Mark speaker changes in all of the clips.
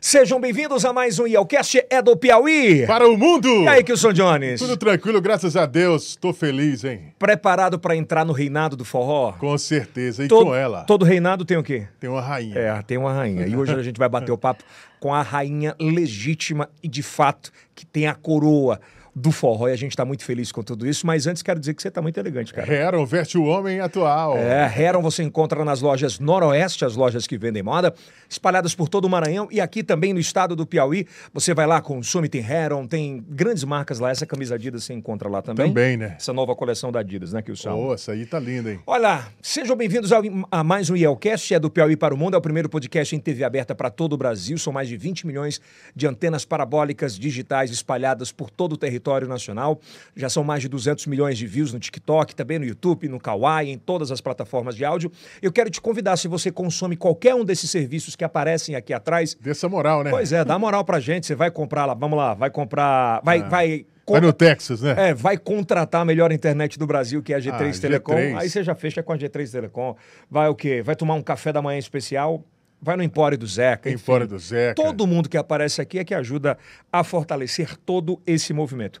Speaker 1: Sejam bem-vindos a mais um Yelcast é do Piauí.
Speaker 2: Para o mundo!
Speaker 1: E aí, Kilson Jones?
Speaker 2: Tudo tranquilo, graças a Deus. Tô feliz, hein?
Speaker 1: Preparado pra entrar no reinado do forró?
Speaker 2: Com certeza. E
Speaker 1: Todo-
Speaker 2: com ela,
Speaker 1: Todo reinado tem o quê?
Speaker 2: tem uma rainha.
Speaker 1: É, tem uma rainha. E hoje a gente vai bater o papo com a rainha legítima e de fato que tem a coroa do forró. E a gente tá muito feliz com tudo isso, mas antes quero dizer que você tá muito elegante, cara.
Speaker 2: Heron É, veste o homem atual.
Speaker 1: É, Heron você encontra nas lojas Noroeste, as lojas que vendem moda, espalhadas por todo o Maranhão e aqui também no estado do Piauí. Você vai lá, consome, tem Heron, tem grandes marcas lá. Essa camisa Adidas você encontra lá também.
Speaker 2: Também, né?
Speaker 1: Essa nova coleção da Adidas, né, que o
Speaker 2: Pô, essa aí tá linda, hein?
Speaker 1: Olá, sejam bem-vindos ao- a mais um IELCast, é do Piauí para o Mundo, é o primeiro podcast em TV aberta para todo o Brasil. São mais de 20 milhões de antenas parabólicas digitais espalhadas por todo o território nacional. Já são mais de 200 milhões de views no TikTok, também no YouTube, no Kawaii, em todas as plataformas de áudio. Eu quero te convidar, se você consome qualquer um desses serviços que aparecem aqui atrás,
Speaker 2: Dê essa moral, né?
Speaker 1: pois é, dá moral pra gente, você vai comprar lá, vamos lá, vai comprar, vai... vai
Speaker 2: É. Vai no Texas, né?
Speaker 1: é, vai contratar a melhor internet do Brasil, que é a G3
Speaker 2: Ah,
Speaker 1: Telecom.
Speaker 2: G3.
Speaker 1: Aí você já fecha com a G3 Telecom. Vai o quê? Vai tomar um café da manhã especial? Vai no Empório do Zeca.
Speaker 2: Tem
Speaker 1: enfim.
Speaker 2: fora do Zeca.
Speaker 1: Todo mundo que aparece aqui é que ajuda a fortalecer todo esse movimento.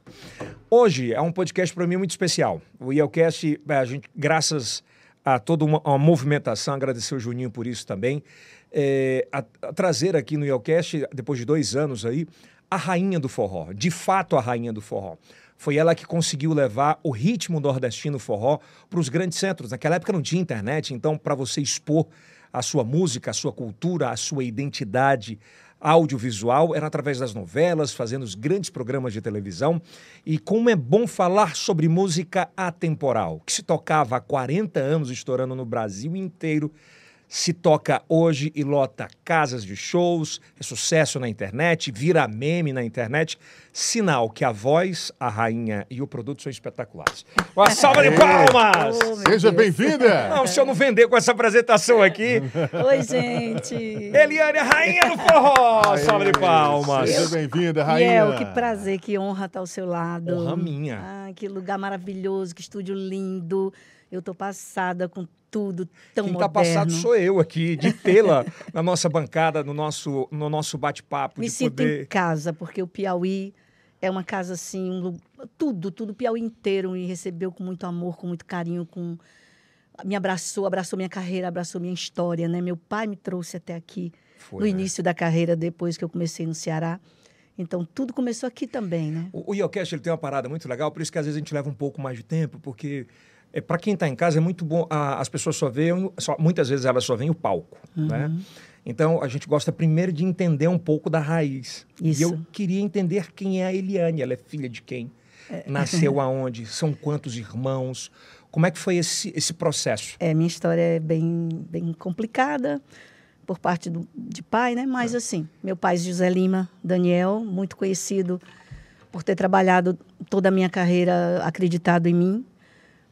Speaker 1: Hoje é um podcast para mim muito especial. O IELCast, eh, a gente, graças a toda uma, uma movimentação, agradecer o Juninho por isso também, eh, a- a trazer aqui no IELCast, depois de dois anos aí, a rainha do forró, de fato a rainha do forró. Foi ela que conseguiu levar o ritmo nordestino forró para os grandes centros. Naquela época não tinha internet, então para você expor a sua música, a sua cultura, a sua identidade audiovisual era através das novelas, fazendo os grandes programas de televisão. E como é bom falar sobre música atemporal, que se tocava há 40 anos, estourando no Brasil inteiro, se toca hoje e lota casas de shows, é sucesso na internet, vira meme na internet. Sinal que a voz, a rainha e o produto são espetaculares. Uma salva de palmas!
Speaker 3: Oh, meu
Speaker 2: Seja
Speaker 3: Deus.
Speaker 2: bem-vinda!
Speaker 1: Não, se eu não vender com essa apresentação aqui,
Speaker 3: Oi, gente.
Speaker 1: Eliane, a rainha do forró! Salva de palmas!
Speaker 2: Seja bem-vinda, rainha.
Speaker 3: Biel, que prazer, que honra estar ao seu lado.
Speaker 1: Honra minha.
Speaker 3: Ah, que lugar maravilhoso, que estúdio lindo. Eu tô passada com tudo Ah, tão
Speaker 1: Quem tá
Speaker 3: moderno.
Speaker 1: passado sou eu aqui, de tê-la na nossa bancada, no nosso, no nosso bate-papo,
Speaker 3: Me
Speaker 1: de
Speaker 3: sinto em
Speaker 1: poder.
Speaker 3: casa, porque o Piauí é uma casa assim, um lu- tudo, tudo, o Piauí inteiro me recebeu com muito amor, com muito carinho, com me abraçou, abraçou minha carreira, abraçou minha história, né? Meu pai me trouxe até aqui
Speaker 1: Foi,
Speaker 3: no
Speaker 1: né?
Speaker 3: início da carreira, depois que eu comecei no Ceará. Então tudo começou aqui também, né?
Speaker 1: O, o Yelcast, ele tem uma parada muito legal, por isso que às vezes a gente leva um pouco mais de tempo, porque é, para quem está em casa é muito bom. a- as pessoas só veem, só- muitas vezes elas só veem o palco, né?
Speaker 3: Uhum.
Speaker 1: Então a gente gosta primeiro de entender um pouco da raiz. E
Speaker 3: Isso.
Speaker 1: eu queria entender quem é a Eliane, ela é filha de quem?
Speaker 3: É.
Speaker 1: Nasceu aonde? São quantos irmãos? Como é que foi esse, esse processo?
Speaker 3: É, minha história é bem, bem complicada por parte do, de pai, né? Mas
Speaker 1: É.
Speaker 3: assim, meu pai José Lima Daniel, muito conhecido por ter trabalhado toda a minha carreira acreditado em mim,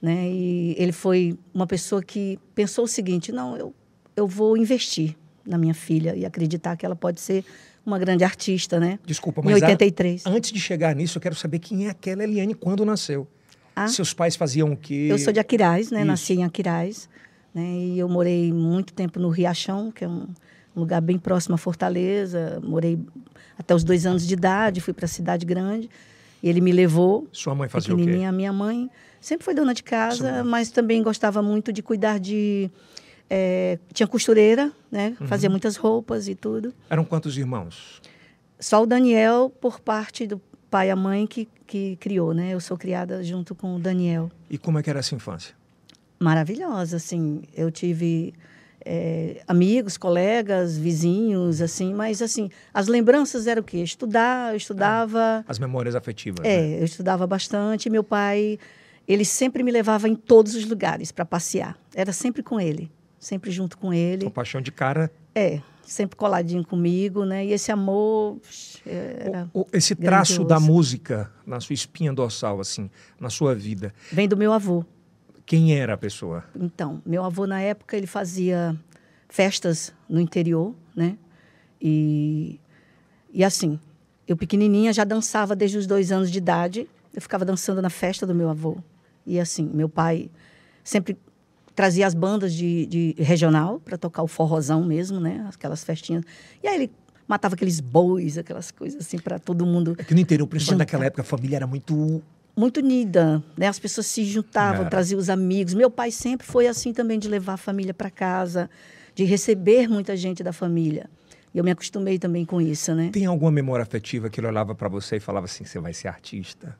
Speaker 3: né? E ele foi uma pessoa que pensou o seguinte: não, eu eu vou investir na minha filha e acreditar que ela pode ser uma grande artista, né?
Speaker 1: Desculpa,
Speaker 3: Em
Speaker 1: mas a-
Speaker 3: 83.
Speaker 1: Antes de chegar nisso, eu quero saber quem é aquela Eliane quando nasceu.
Speaker 3: Ah.
Speaker 1: Seus pais faziam o quê?
Speaker 3: Eu sou de Aquiraz, né?
Speaker 1: Isso.
Speaker 3: Nasci em Aquiraz, né? E eu morei muito tempo no Riachão, que é um lugar bem próximo a Fortaleza. Morei até os dois anos de idade, fui para a cidade grande. E ele me levou,
Speaker 1: Sua mãe fazia o quê? é
Speaker 3: pequenininha. A minha mãe sempre foi dona de casa, mas também gostava muito de cuidar de... eh, tinha costureira, né?
Speaker 1: Uhum.
Speaker 3: Fazia muitas roupas e tudo.
Speaker 1: Eram quantos irmãos?
Speaker 3: Só o Daniel, por parte do pai e a mãe, que, que criou, né? Eu sou criada junto com o Daniel.
Speaker 1: E como é que era essa infância?
Speaker 3: maravilhosa, assim. Eu tive eh, amigos, colegas, vizinhos, assim, mas assim, as lembranças eram o quê? Estudar, eu estudava,
Speaker 1: As memórias afetivas. né?
Speaker 3: é, eu estudava bastante. Meu pai, ele sempre me levava em todos os lugares para passear. Era sempre com ele, sempre junto com ele.
Speaker 1: Uma paixão de cara.
Speaker 3: É, sempre coladinho comigo, né? E esse amor é, psh, era,
Speaker 1: O- o- esse traço da
Speaker 3: grandioso.
Speaker 1: música na sua espinha dorsal, assim, na sua vida.
Speaker 3: vem do meu avô.
Speaker 1: Quem era a pessoa?
Speaker 3: Então, meu avô na época ele fazia festas no interior, né? E, e assim, eu pequenininha já dançava desde os dois anos de idade. Eu ficava dançando na festa do meu avô. E assim, meu pai sempre trazia as bandas de, de regional para tocar o forrozão mesmo, né? Aquelas festinhas. E aí ele matava aqueles bois, aquelas coisas assim, para todo mundo.
Speaker 1: É que no interior, principalmente
Speaker 3: Juntar.
Speaker 1: naquela época, a família era muito.
Speaker 3: Muito unida, né? As pessoas se juntavam,
Speaker 1: Era.
Speaker 3: traziam os amigos. Meu pai sempre foi assim também, de levar a família para casa, de receber muita gente da família. E eu me acostumei também com isso, né?
Speaker 1: Tem alguma memória afetiva que ele olhava pra você e falava assim: você vai ser artista?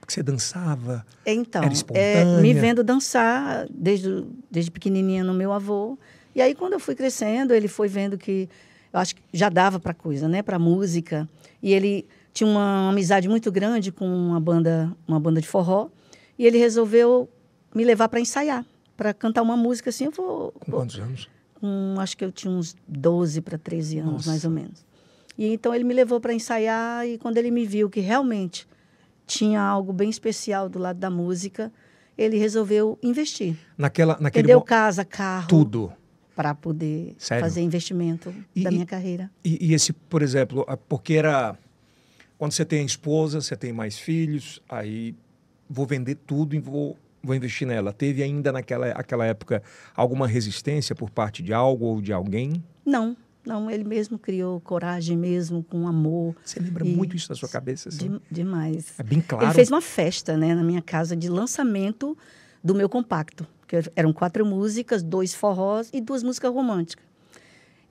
Speaker 1: Porque você dançava.
Speaker 3: Então,
Speaker 1: Era
Speaker 3: é,
Speaker 1: espontânea?
Speaker 3: me vendo dançar desde, o- desde pequenininha no meu avô. E aí, quando eu fui crescendo, ele foi vendo que eu acho que já dava para coisa, né? Para música. E ele tinha uma amizade muito grande com uma banda, uma banda de forró. E ele resolveu me levar para ensaiar, para cantar uma música assim. Eu vou,
Speaker 1: Com quantos anos?
Speaker 3: com- acho que eu tinha uns 12 para 13 anos,
Speaker 1: Nossa.
Speaker 3: mais ou menos. E então ele me levou para ensaiar e quando ele me viu que realmente tinha algo bem especial do lado da música, ele resolveu investir.
Speaker 1: Naquela,
Speaker 3: Ele
Speaker 1: naquele
Speaker 3: deu
Speaker 1: mo-
Speaker 3: casa, carro,
Speaker 1: tudo.
Speaker 3: para poder
Speaker 1: Sério?
Speaker 3: fazer investimento
Speaker 1: E-
Speaker 3: da
Speaker 1: e-
Speaker 3: minha carreira.
Speaker 1: E, e esse, por exemplo, a- porque era. Quando você tem esposa, você tem mais filhos, aí vou vender tudo e vou, vou investir nela. Teve ainda naquela aquela época alguma resistência por parte de algo ou de alguém?
Speaker 3: Não, não, ele mesmo criou coragem mesmo com amor
Speaker 1: Você lembra
Speaker 3: E-
Speaker 1: muito isso da sua cabeça? Assim?
Speaker 3: de- demais.
Speaker 1: É bem claro.
Speaker 3: Ele fez uma festa, né, na minha casa de lançamento do meu compacto, que eram quatro músicas, dois forrós e duas músicas românticas.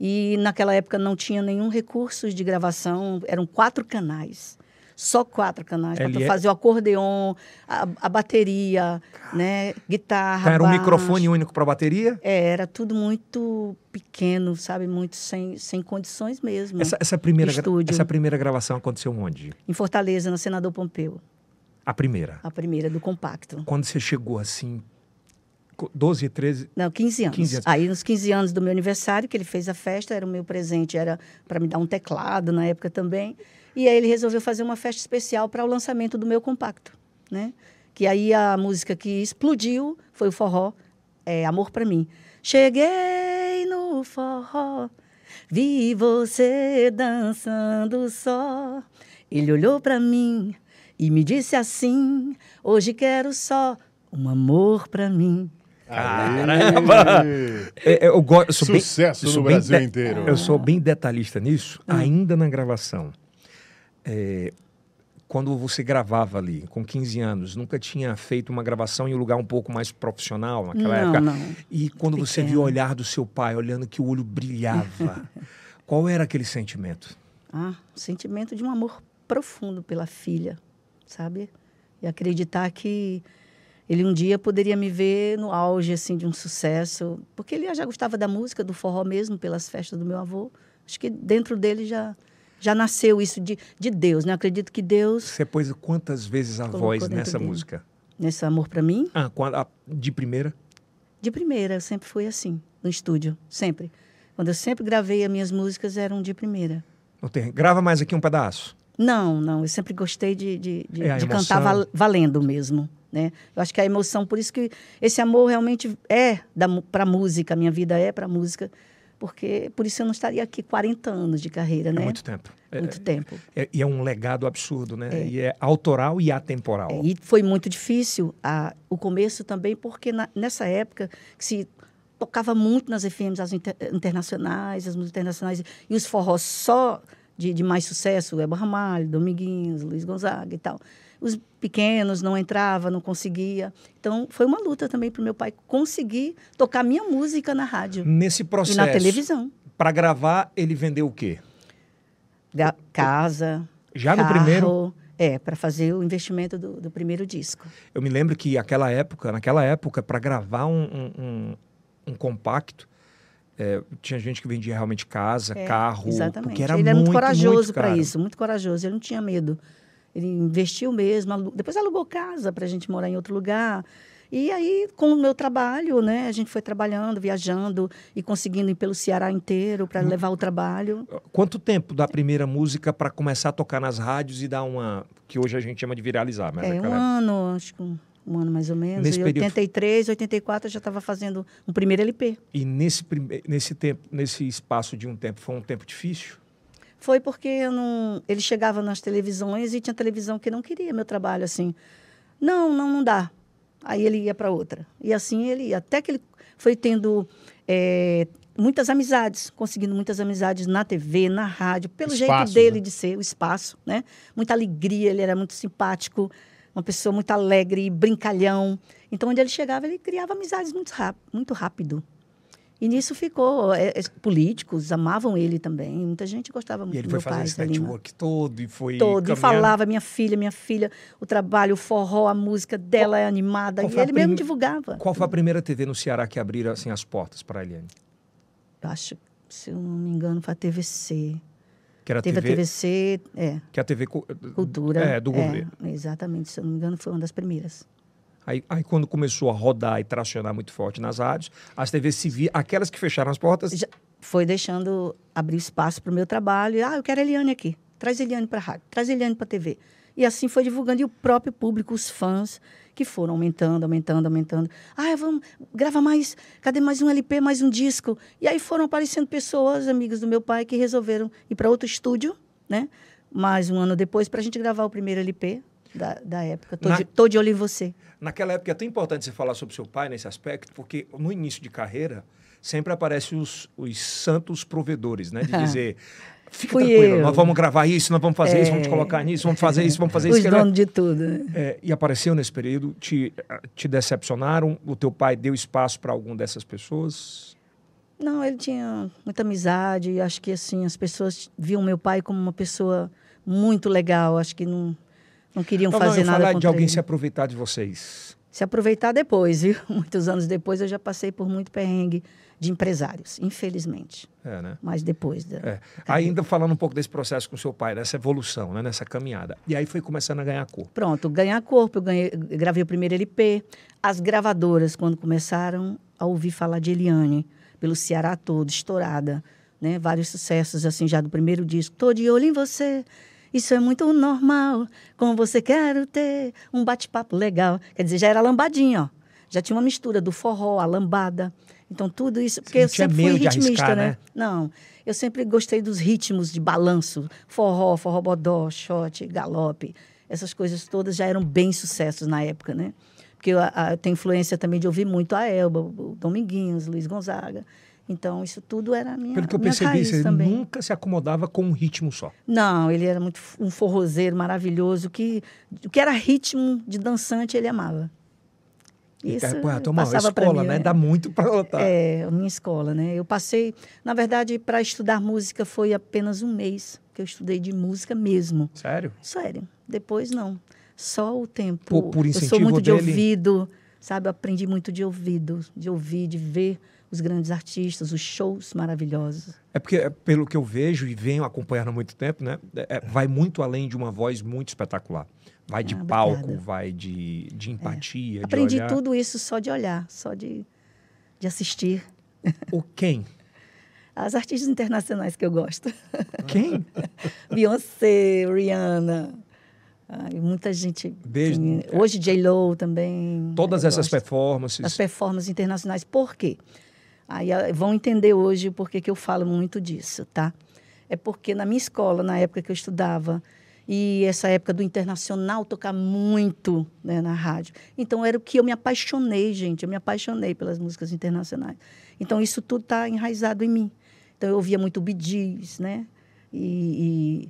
Speaker 3: E naquela época não tinha nenhum recurso de gravação, eram quatro canais. Só quatro canais para
Speaker 1: Ele é-
Speaker 3: fazer o acordeon, a, a bateria, né, guitarra,
Speaker 1: Então, era um
Speaker 3: baixo.
Speaker 1: microfone único para bateria?
Speaker 3: É, era tudo muito pequeno, sabe, muito sem, sem condições mesmo.
Speaker 1: Essa, essa, primeira gra-
Speaker 3: Hum, Estúdio.
Speaker 1: essa primeira gravação aconteceu onde?
Speaker 3: Em Fortaleza, na Senador Pompeu,
Speaker 1: A primeira.
Speaker 3: a primeira do compacto.
Speaker 1: Quando você chegou assim, co- 12, 13,
Speaker 3: Não, 15 anos.
Speaker 1: 15 anos.
Speaker 3: Aí, nos 15 anos do meu aniversário, que ele fez a festa, era o meu presente, era para me dar um teclado na época também. E aí ele resolveu fazer uma festa especial para o lançamento do meu compacto, né? Que aí a música que explodiu foi o forró é, Amor para mim. Cheguei no forró, vi você dançando só. Ele olhou para mim e me disse assim: "Hoje quero só um amor para mim".
Speaker 1: Caramba!
Speaker 2: Aê!
Speaker 1: É, é, eu go- eu sou bem-
Speaker 2: Sucesso
Speaker 1: eu sou
Speaker 2: no
Speaker 1: bem
Speaker 2: Brasil
Speaker 1: de-
Speaker 2: inteiro.
Speaker 1: Eu sou bem detalhista nisso,
Speaker 3: Hum.
Speaker 1: ainda na gravação. É, quando você gravava ali, com 15 anos, nunca tinha feito uma gravação em um lugar um pouco mais profissional naquela
Speaker 3: não,
Speaker 1: época.
Speaker 3: não.
Speaker 1: E quando você viu
Speaker 3: Pequena.
Speaker 1: o olhar do seu pai, olhando que o olho brilhava, qual era aquele sentimento?
Speaker 3: Ah, o sentimento de um amor profundo pela filha, sabe? E acreditar que ele um dia poderia me ver no auge assim de um sucesso, porque ele já gostava da música, do forró mesmo, pelas festas do meu avô. Acho que dentro dele já já nasceu isso de, de Deus, né? Eu acredito que Deus
Speaker 1: Você pôs quantas vezes a
Speaker 3: Colocou
Speaker 1: voz
Speaker 3: dentro
Speaker 1: nessa
Speaker 3: dele.
Speaker 1: música?
Speaker 3: nesse amor para mim,
Speaker 1: Ah, quando- a- de primeira?
Speaker 3: de primeira, eu sempre fui assim, no estúdio, sempre. Quando eu sempre gravei as minhas músicas eram de primeira.
Speaker 1: Não tem- Grava mais aqui um pedaço.
Speaker 3: Não, não. Eu sempre gostei de, de, de-
Speaker 1: É, a
Speaker 3: de
Speaker 1: emoção.
Speaker 3: cantar val- valendo mesmo. Né? Eu acho que a emoção, por isso que esse amor realmente é para a música, a minha vida é para a música, porque por isso eu não estaria aqui 40 anos de carreira,
Speaker 1: É
Speaker 3: né?
Speaker 1: muito tempo. É-
Speaker 3: Muito tempo.
Speaker 1: é- e é um legado absurdo, né? E é autoral e atemporal.
Speaker 3: É, e foi muito difícil a- o começo também, porque na- nessa época que se tocava muito nas FMs, as inter- internacionais, as músicas internacionais, e os forrós só de, de mais sucesso, Eba Ramalho, Dominguinhos, Luiz Gonzaga e tal. Os pequenos não entrava, não conseguia. Então, foi uma luta também para o meu pai conseguir tocar minha música na rádio
Speaker 1: Nesse
Speaker 3: e
Speaker 1: processo,
Speaker 3: na televisão.
Speaker 1: para gravar, ele vendeu o quê?
Speaker 3: Ga- casa,
Speaker 1: Já no
Speaker 3: carro,
Speaker 1: primeiro,
Speaker 3: É, para fazer o investimento do, do primeiro disco.
Speaker 1: eu me lembro que aquela época, naquela época, para gravar um, um, um- um compacto, é, tinha gente que vendia realmente casa, carro,
Speaker 3: É, Exatamente.
Speaker 1: porque era
Speaker 3: ele
Speaker 1: muito,
Speaker 3: era muito corajoso
Speaker 1: muito
Speaker 3: para
Speaker 1: caro.
Speaker 3: isso, muito corajoso. Ele não tinha medo. Ele investiu mesmo, alu- depois alugou casa para a gente morar em outro lugar. E aí, com o meu trabalho, né, a gente foi trabalhando, viajando e conseguindo ir pelo Ceará inteiro
Speaker 1: Hum.
Speaker 3: para levar o trabalho.
Speaker 1: Quanto tempo da primeira música para começar a tocar nas rádios e dar uma que hoje a gente chama de viralizar, mas
Speaker 3: É, um
Speaker 1: naquela época-
Speaker 3: ano, acho que um, um ano mais ou menos.
Speaker 1: Nesse
Speaker 3: e
Speaker 1: período-
Speaker 3: 83, 84, eu já estava fazendo um primeiro LP.
Speaker 1: E nesse prime- nesse tempo, nesse espaço de um tempo, foi um tempo difícil.
Speaker 3: Foi porque eu não... ele chegava nas televisões e tinha televisão que não queria meu trabalho assim. Não, não, não dá. Aí ele ia para outra. E assim ele ia. Até que ele foi tendo eh, muitas amizades, conseguindo muitas amizades na TV, na rádio, pelo
Speaker 2: Espaços,
Speaker 3: jeito dele
Speaker 2: né?
Speaker 3: de ser, o espaço, né? Muita alegria, ele era muito simpático, uma pessoa muito alegre, brincalhão. Então, onde ele chegava, ele criava amizades muito, rap muito rápido. E nisso ficou. é, é, políticos amavam ele também. Muita gente gostava muito
Speaker 1: E ele
Speaker 3: do
Speaker 1: foi
Speaker 3: meu
Speaker 1: fazer
Speaker 3: pai,
Speaker 1: esse
Speaker 3: Zé Lima
Speaker 1: network todo e foi.
Speaker 3: todo e
Speaker 1: caminhando.
Speaker 3: falava minha filha, minha filha, o trabalho, o forró, a música dela é animada
Speaker 1: qual
Speaker 3: e
Speaker 1: foi a
Speaker 3: ele mesmo
Speaker 1: prim-
Speaker 3: divulgava.
Speaker 1: Qual foi a primeira TV no Ceará que abriram assim, as portas para a Eliane?
Speaker 3: Eu acho, se eu não me engano, foi a TVC.
Speaker 1: Que era a
Speaker 3: Teve
Speaker 1: TV,
Speaker 3: a TVC, é,
Speaker 1: Que a TV co-
Speaker 3: cultura.
Speaker 1: É, do governo.
Speaker 3: Exatamente, se eu não me engano, foi uma das primeiras.
Speaker 1: Aí, aí quando começou a rodar e tracionar muito forte nas rádios, as TVs civis, aquelas que fecharam as portas,
Speaker 3: Já foi deixando abrir espaço para o meu trabalho. Ah, eu quero a Eliane aqui. Traz a Eliane para a rádio, traz a Eliane para a TV. E assim foi divulgando. E o próprio público, os fãs, que foram aumentando, aumentando, aumentando. Ah, vamos, grava mais. Cadê mais um LP, mais um disco? E aí foram aparecendo pessoas, amigos do meu pai, que resolveram ir para outro estúdio, né? Mais um ano depois, para a gente gravar o primeiro LP da, da época. Tô,
Speaker 1: Na-
Speaker 3: de, tô de olho em você.
Speaker 1: Naquela época é tão importante você falar sobre seu pai nesse aspecto, porque no início de carreira sempre aparecem os, os santos provedores, né? De dizer, fica
Speaker 3: Ah. Fui
Speaker 1: tranquilo,
Speaker 3: eu.
Speaker 1: nós vamos gravar isso, nós vamos fazer isso, vamos te
Speaker 3: É.
Speaker 1: colocar nisso, vamos fazer isso, vamos fazer
Speaker 3: Os
Speaker 1: isso. que era-
Speaker 3: donos de tudo. né?
Speaker 1: É, e apareceu nesse período, te, te decepcionaram, o teu pai deu espaço para algum dessas pessoas?
Speaker 3: Não, ele tinha muita amizade. e Acho que assim as pessoas viam meu pai como uma pessoa muito legal. Acho que não, não queriam
Speaker 1: não, não,
Speaker 3: fazer
Speaker 1: eu
Speaker 3: nada
Speaker 1: falar
Speaker 3: contra
Speaker 1: de alguém
Speaker 3: ele.
Speaker 1: se aproveitar de vocês.
Speaker 3: Se aproveitar depois, viu? Muitos anos depois eu já passei por muito perrengue de empresários, infelizmente.
Speaker 1: É, né?
Speaker 3: Mas depois da...
Speaker 1: É. Ainda falando um pouco desse processo com seu pai, dessa evolução, né? nessa caminhada. E aí foi começando a ganhar cor.
Speaker 3: Pronto, ganhar corpo, eu ganhei- gravei o primeiro LP. As gravadoras, quando começaram a ouvir falar de Eliane, pelo Ceará todo, estourada, né? Vários sucessos, assim, já do primeiro disco. Tô de olho em você, isso é muito normal. Com você quero ter um bate-papo legal. Quer dizer, já era lambadinha, ó. Já tinha uma mistura do forró, a lambada. Então, tudo isso... Porque
Speaker 1: não
Speaker 3: eu
Speaker 1: tinha
Speaker 3: sempre fui
Speaker 1: medo de
Speaker 3: ritmista,
Speaker 1: arriscar, né?
Speaker 3: né? Não, eu sempre gostei dos ritmos de balanço, forró, forró bodó, shot, galope. Essas coisas todas já eram bem sucessos na época, né? Porque eu, a- eu tenho influência também de ouvir muito a Elba, o Dominguinhos, Luiz Gonzaga. Então, isso tudo era a minha
Speaker 1: Pelo que eu
Speaker 3: minha
Speaker 1: percebi,
Speaker 3: raiz
Speaker 1: você
Speaker 3: também.
Speaker 1: nunca se acomodava com um ritmo só.
Speaker 3: Não, ele era muito f- um forrozeiro maravilhoso, que o que era ritmo de dançante ele amava.
Speaker 1: cara, pô, toma,
Speaker 3: passava pra
Speaker 1: escola,
Speaker 3: mim,
Speaker 1: né?
Speaker 3: é.
Speaker 1: Dá muito pra lotar.
Speaker 3: É, a minha escola, né? Eu passei, na verdade, para estudar música foi apenas um mês que eu estudei de música mesmo.
Speaker 1: Sério?
Speaker 3: Sério, depois não. Só o tempo.
Speaker 1: Por- por
Speaker 3: eu
Speaker 1: incentivo
Speaker 3: sou muito de
Speaker 1: dele?
Speaker 3: ouvido, sabe? Eu aprendi muito de ouvido, de ouvir, de ver os grandes artistas, os shows maravilhosos.
Speaker 1: É porque, é, pelo que eu vejo e venho acompanhando há muito tempo, né? é, é, vai muito além de uma voz muito espetacular. Vai de
Speaker 3: Ah,
Speaker 1: palco,
Speaker 3: obrigada. É.
Speaker 1: vai de, de empatia, de
Speaker 3: aprendi
Speaker 1: olhar.
Speaker 3: tudo isso só de olhar, só de, de assistir.
Speaker 1: O quem?
Speaker 3: As artistas internacionais que eu gosto.
Speaker 1: Quem?
Speaker 3: Beyoncé, Rihanna. Ai, muita gente.
Speaker 1: Beijo.
Speaker 3: assim, hoje J-Lo também.
Speaker 1: Todas
Speaker 3: Eu
Speaker 1: essas
Speaker 3: gosto
Speaker 1: performances.
Speaker 3: das performances internacionais. Por quê? Aí ah, vão entender hoje o porquê que eu falo muito disso, tá? É porque na minha escola, na época que eu estudava, e essa época do internacional tocar muito né, na rádio. Então era o que eu me apaixonei, gente. Eu me apaixonei pelas músicas internacionais. Então isso tudo está enraizado em mim. Então eu ouvia muito Bee Gees, né? E, e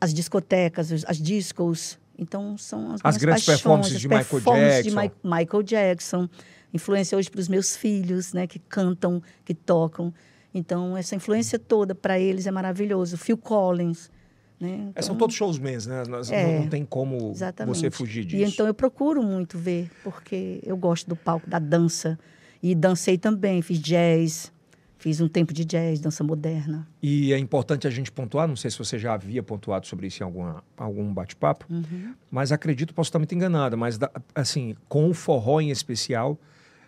Speaker 3: as discotecas, os- as discos. Então são as,
Speaker 1: As
Speaker 3: minhas
Speaker 1: grandes
Speaker 3: paixões,
Speaker 1: performances
Speaker 3: as
Speaker 1: de Michael
Speaker 3: performances
Speaker 1: Jackson.
Speaker 3: De Mi- Michael Jackson. Influência hoje para os meus filhos, né? Que cantam, que tocam. Então essa influência toda para eles é maravilhoso. Phil Collins, né?
Speaker 1: É, são
Speaker 3: Então,
Speaker 1: todos showmans, né? Nós-
Speaker 3: É,
Speaker 1: não, não tem como
Speaker 3: Exatamente.
Speaker 1: você fugir disso.
Speaker 3: E então eu procuro muito ver, porque eu gosto do palco, da dança. E dancei também, fiz jazz, fiz um tempo de jazz, dança moderna.
Speaker 1: E é importante a gente pontuar, não sei se você já havia pontuado sobre isso em alguma, algum bate-papo,
Speaker 3: Uhum.
Speaker 1: mas acredito, posso estar muito enganada, mas da- assim, com o forró em especial,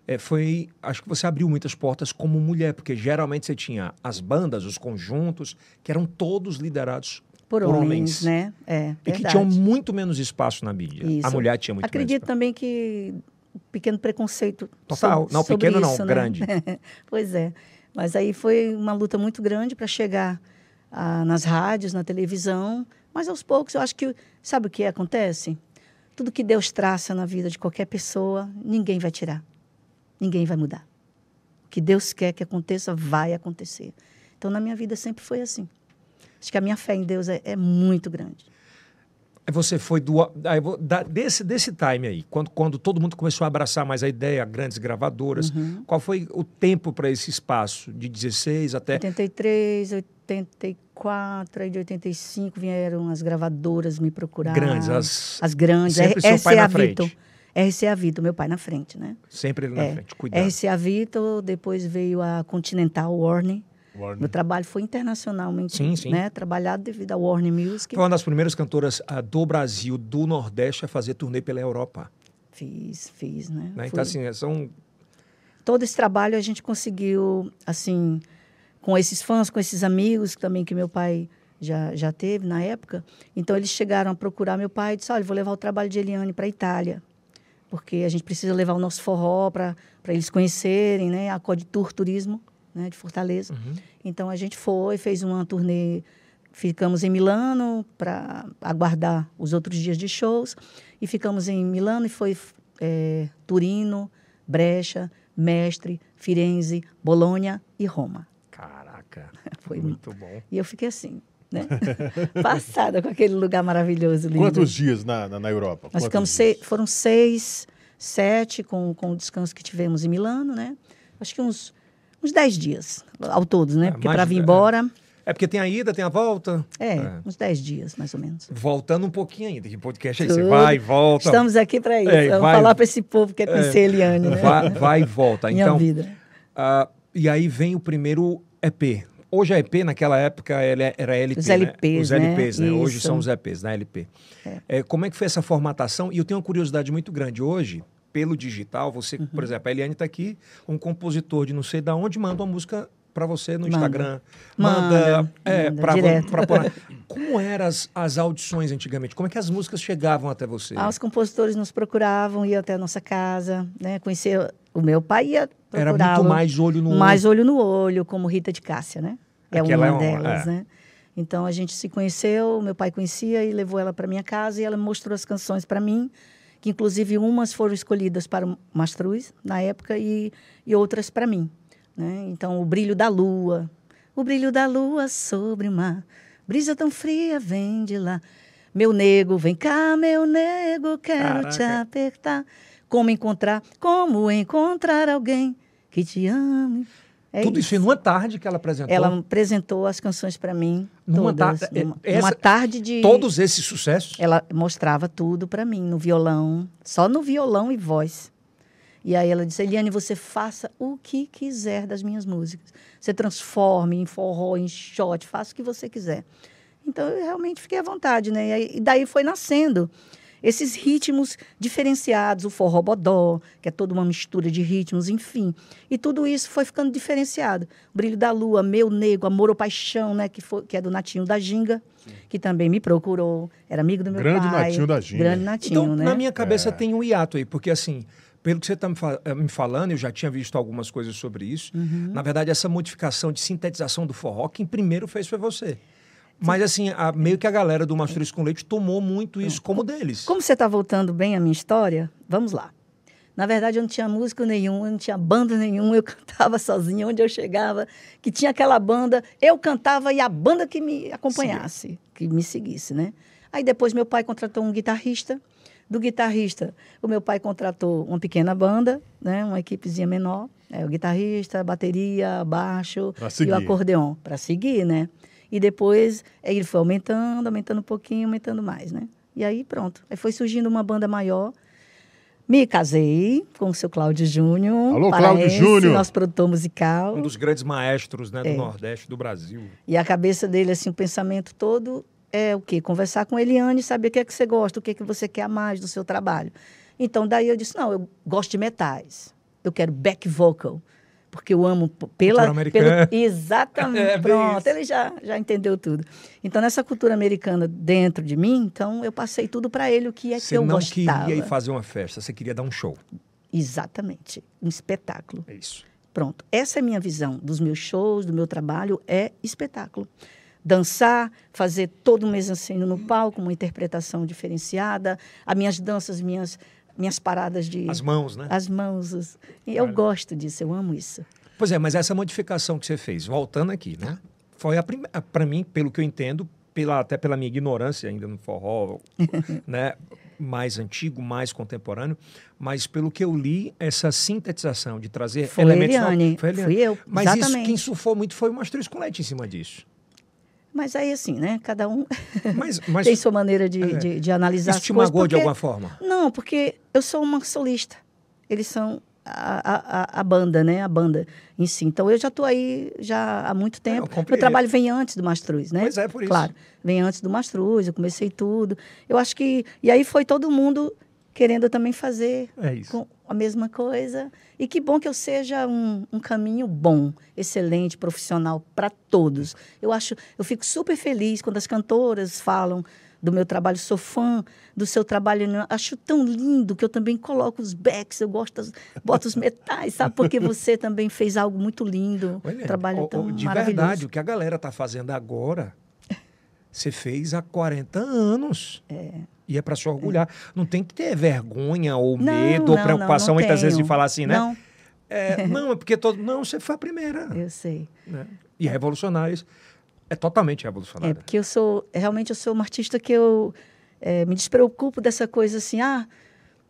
Speaker 1: eh, foi, acho que você abriu muitas portas como mulher, porque geralmente você tinha as bandas, os conjuntos, que eram todos liderados
Speaker 3: Por, homens, né? É,
Speaker 1: E que
Speaker 3: verdade.
Speaker 1: tinham muito menos espaço na mídia. A
Speaker 3: Isso.
Speaker 1: mulher tinha muito
Speaker 3: Acredito
Speaker 1: menos.
Speaker 3: também que um pequeno preconceito.
Speaker 1: Total.
Speaker 3: sob-
Speaker 1: Não,
Speaker 3: sobre
Speaker 1: pequeno não,
Speaker 3: isso, né?
Speaker 1: grande.
Speaker 3: pois é. Mas aí foi uma luta muito grande para chegar ah, nas rádios, na televisão. Mas aos poucos, eu acho que. Sabe o que acontece? Tudo que Deus traça na vida de qualquer pessoa, ninguém vai tirar. Ninguém vai mudar. que Deus quer que aconteça, vai acontecer. Então, na minha vida sempre foi assim. Acho que a minha fé em Deus é, é muito grande.
Speaker 1: Aí Você foi do, aí vo- da- desse, desse time aí, quando, quando todo mundo começou a abraçar mais a ideia, grandes gravadoras,
Speaker 3: Uhum.
Speaker 1: qual foi o tempo para esse espaço? De 16 até.
Speaker 3: 83, 84, aí de 85 vieram as gravadoras me procurar.
Speaker 1: Grandes, as-
Speaker 3: as grandes.
Speaker 1: sempre
Speaker 3: R-
Speaker 1: seu pai na
Speaker 3: RCA Victor.
Speaker 1: frente.
Speaker 3: RCA Vitor, meu pai na frente, né?
Speaker 1: Sempre ele na
Speaker 3: É.
Speaker 1: frente, cuidado.
Speaker 3: RCA Vitor, depois veio a Continental Warner.
Speaker 2: Warner.
Speaker 3: Meu trabalho foi internacionalmente
Speaker 1: Sim, sim.
Speaker 3: Né, trabalhado devido à Warner Music.
Speaker 1: Foi uma das primeiras cantoras ah, do Brasil, do Nordeste, a fazer turnê pela Europa.
Speaker 3: Fiz, fiz, né?
Speaker 1: né?
Speaker 3: Fui-
Speaker 1: Então, assim, são
Speaker 3: todo esse trabalho a gente conseguiu, assim, com esses fãs, com esses amigos também que meu pai já, já teve na época. Então, eles chegaram a procurar meu pai e disse, olha, vou levar o trabalho de Eliane para a Itália, porque a gente precisa levar o nosso forró para eles conhecerem, né? A Code Tour Turismo, né? De Fortaleza. Então, a gente foi, fez uma turnê... Ficamos em Milano para aguardar os outros dias de shows. E ficamos em Milano e foi eh, Turino, Brecha, Mestre, Firenze, Bolonha e Roma.
Speaker 1: Caraca,
Speaker 3: Foi
Speaker 1: muito bom.
Speaker 3: E eu fiquei assim, né? Passada com aquele lugar maravilhoso, lindo.
Speaker 2: Quantos dias na, na, na Europa?
Speaker 3: Nós
Speaker 2: Quantos
Speaker 3: ficamos
Speaker 2: dias?
Speaker 3: sei- foram seis, sete com, com o descanso que tivemos em Milano, né? Acho que uns, uns dez dias ao todo, né?
Speaker 1: É,
Speaker 3: Porque
Speaker 1: mais
Speaker 3: para
Speaker 1: de
Speaker 3: vir
Speaker 1: dez.
Speaker 3: embora,
Speaker 1: É porque tem a ida, tem a volta.
Speaker 3: é,
Speaker 1: É.
Speaker 3: uns dez dias mais ou menos.
Speaker 1: Voltando um pouquinho ainda, que podcast é esse?
Speaker 3: Tudo.
Speaker 1: Vai e volta.
Speaker 3: Estamos aqui para isso.
Speaker 1: É,
Speaker 3: Vamos
Speaker 1: vai-
Speaker 3: falar para esse povo que é conhecer Eliane, né?
Speaker 1: Vai, vai e volta.
Speaker 3: Minha
Speaker 1: Então,
Speaker 3: vida.
Speaker 1: ah, e aí vem o primeiro EP. Hoje a EP, naquela época, ela era LP,
Speaker 3: Os
Speaker 1: né?
Speaker 3: LPs,
Speaker 1: Os LPs, né?
Speaker 3: né?
Speaker 1: Hoje
Speaker 3: Isso.
Speaker 1: são os EPs, né? LP. É, como é que foi essa formatação? E eu tenho uma curiosidade muito grande. Hoje, pelo digital, você,
Speaker 3: Uhum.
Speaker 1: por exemplo, a Eliane está aqui, um compositor de não sei de onde, manda uma música para você no
Speaker 3: Manda.
Speaker 1: Instagram.
Speaker 3: Manda,
Speaker 1: é,
Speaker 3: manda,
Speaker 1: pra-
Speaker 3: direto.
Speaker 1: pra pôr na- Como eram as, as audições antigamente? Como é que as músicas chegavam até você?
Speaker 3: Ah, os compositores nos procuravam, iam até a nossa casa, né? Conhecer o meu pai ia
Speaker 1: Era
Speaker 3: procurá-lo.
Speaker 1: muito mais olho no
Speaker 3: Mais olho no olho, como Rita de Cássia, né? É
Speaker 1: Aquela
Speaker 3: uma
Speaker 1: é uma-
Speaker 3: delas,
Speaker 1: é.
Speaker 3: né? Então a gente se conheceu, meu pai conhecia e levou ela para minha casa e ela mostrou as canções para mim, que inclusive umas foram escolhidas para o Mastruz na época e, e outras para mim, né? Então o brilho da lua, o brilho da lua sobre o mar, brisa tão fria vem de lá. Meu nego, vem cá, meu nego, quero te
Speaker 1: Caraca.
Speaker 3: apertar. Como encontrar, como encontrar alguém que te ame. É
Speaker 1: Tudo isso em numa tarde que ela apresentou.
Speaker 3: Ela apresentou as canções para mim.
Speaker 1: Numa
Speaker 3: todas,
Speaker 1: tarde-
Speaker 3: numa,
Speaker 1: essa-
Speaker 3: numa tarde de.
Speaker 1: Todos esses sucessos.
Speaker 3: Ela mostrava tudo para mim no violão, só no violão e voz. E aí ela disse: Eliane, você faça o que quiser das minhas músicas. Você transforme em forró, em shot, faça o que você quiser. Então eu realmente fiquei à vontade, né? E, aí- e daí foi nascendo esses ritmos diferenciados, o forró bodó, que é toda uma mistura de ritmos, enfim. E tudo isso foi ficando diferenciado. Brilho da Lua, Meu Nego, Amor ou Paixão, né? Que, foi, que é do Natinho da Ginga, que também me procurou, era amigo do meu
Speaker 2: Grande
Speaker 3: pai.
Speaker 2: Natinho da Ginga.
Speaker 3: Grande Natinho,
Speaker 1: Então,
Speaker 3: né?
Speaker 1: na minha cabeça tem um hiato aí, porque assim, pelo que você está me, fa- eh, me falando, eu já tinha visto algumas coisas sobre isso.
Speaker 3: Uhum.
Speaker 1: Na verdade, essa modificação de sintetização do forró, quem primeiro fez foi você. Mas assim, a- meio que a galera do Mastruz com Leite tomou muito isso como deles.
Speaker 3: É. Como você está voltando bem à minha história, vamos lá. Na verdade, eu não tinha músico nenhum, eu não tinha banda nenhuma, eu cantava sozinha onde eu chegava, que tinha aquela banda, eu cantava e a banda que me acompanhasse, que me seguisse, né? Aí depois meu pai contratou um guitarrista. Do guitarrista, o meu pai contratou uma pequena banda, né? Uma equipezinha menor, é, o guitarrista, bateria, baixo
Speaker 2: Pra
Speaker 3: e
Speaker 2: seguir.
Speaker 3: o acordeon, para seguir, né? E depois eh, ele foi aumentando, aumentando um pouquinho, aumentando mais, né? E aí pronto. Aí foi surgindo uma banda maior. Me casei com o seu Cláudio Júnior.
Speaker 2: Alô, Cláudio
Speaker 3: paraense,
Speaker 2: Júnior.
Speaker 3: Nosso produtor musical.
Speaker 1: Um dos grandes maestros né, do
Speaker 3: É.
Speaker 1: Nordeste do Brasil.
Speaker 3: E a cabeça dele, assim, o pensamento todo é o quê? Conversar com Eliane e saber o que é que você gosta, o que é que você quer a mais do seu trabalho. Então, daí eu disse, não, eu gosto de metais. Eu quero back vocal. Porque eu amo p- pela...
Speaker 1: Cultura americana.
Speaker 3: exatamente.
Speaker 1: É, bem
Speaker 3: Pronto,
Speaker 1: isso.
Speaker 3: ele já, já entendeu tudo. Então, nessa cultura americana dentro de mim, então eu passei tudo para ele, o que é que
Speaker 1: Você
Speaker 3: eu
Speaker 1: não
Speaker 3: gostava.
Speaker 1: queria ir fazer uma festa, você queria dar um show.
Speaker 3: Exatamente. Um espetáculo.
Speaker 1: É isso.
Speaker 3: Pronto, essa é a minha visão dos meus shows, do meu trabalho, é espetáculo. Dançar, fazer todo um mesanceno no palco, uma interpretação diferenciada, as minhas danças, minhas, minhas paradas de...
Speaker 1: As mãos, né?
Speaker 3: as mãos. os- e Eu
Speaker 1: Olha.
Speaker 3: gosto disso, eu amo isso.
Speaker 1: Pois é, mas essa modificação que você fez, voltando aqui, né? Foi para mim, pelo que eu entendo, pela, até pela minha ignorância ainda no forró, né? Mais antigo, mais contemporâneo, mas pelo que eu li, essa sintetização de trazer
Speaker 3: Foi
Speaker 1: É, elementos.
Speaker 3: Eliane,
Speaker 1: novos- Eliane.
Speaker 3: fui eu,
Speaker 1: Mas isso,
Speaker 3: exatamente.
Speaker 1: quem surfou muito foi o Mastruz Colete em cima disso.
Speaker 3: Mas aí, assim, né? Cada um
Speaker 1: Mas, mas
Speaker 3: tem sua maneira de,
Speaker 1: É.
Speaker 3: de, de analisar
Speaker 1: isso
Speaker 3: as
Speaker 1: te
Speaker 3: coisas.
Speaker 1: magoou de
Speaker 3: porque- né?
Speaker 1: alguma forma?
Speaker 3: Não, porque eu sou uma solista. Eles são a, a- a, a banda, né? A banda em si. Então, eu já estou aí já há muito
Speaker 1: eu
Speaker 3: tempo.
Speaker 1: compreendo.
Speaker 3: Meu trabalho vem antes do Mastruz, né?
Speaker 1: Pois é, por isso.
Speaker 3: Claro, vem antes do Mastruz, eu comecei tudo. Eu acho que... E aí foi todo mundo querendo também fazer
Speaker 1: É isso.
Speaker 3: com a mesma coisa. E que bom que eu seja um, um caminho bom, excelente, profissional para todos. Eu acho, eu fico super feliz quando as cantoras falam do meu trabalho, sou fã do seu trabalho, né? acho tão lindo que eu também coloco os backs, eu gosto, das- boto os metais, sabe? Porque você também fez algo muito lindo,
Speaker 1: Olha,
Speaker 3: um trabalho
Speaker 1: o- o-
Speaker 3: tão
Speaker 1: de
Speaker 3: maravilhoso.
Speaker 1: verdade, o que a galera tá fazendo agora, você fez há 40 anos. E é para se orgulhar. Não tem que ter vergonha ou
Speaker 3: Não,
Speaker 1: medo
Speaker 3: não,
Speaker 1: ou
Speaker 3: não,
Speaker 1: preocupação
Speaker 3: não
Speaker 1: muitas vezes de
Speaker 3: tenho.
Speaker 1: falar assim, né?
Speaker 3: Não,
Speaker 1: É, não, é porque todo. Não, você foi a primeira.
Speaker 3: eu sei.
Speaker 1: né? E revolucionários. É totalmente revolucionário.
Speaker 3: É, porque eu sou, realmente eu sou uma artista que eu eh, me despreocupo dessa coisa assim, ah,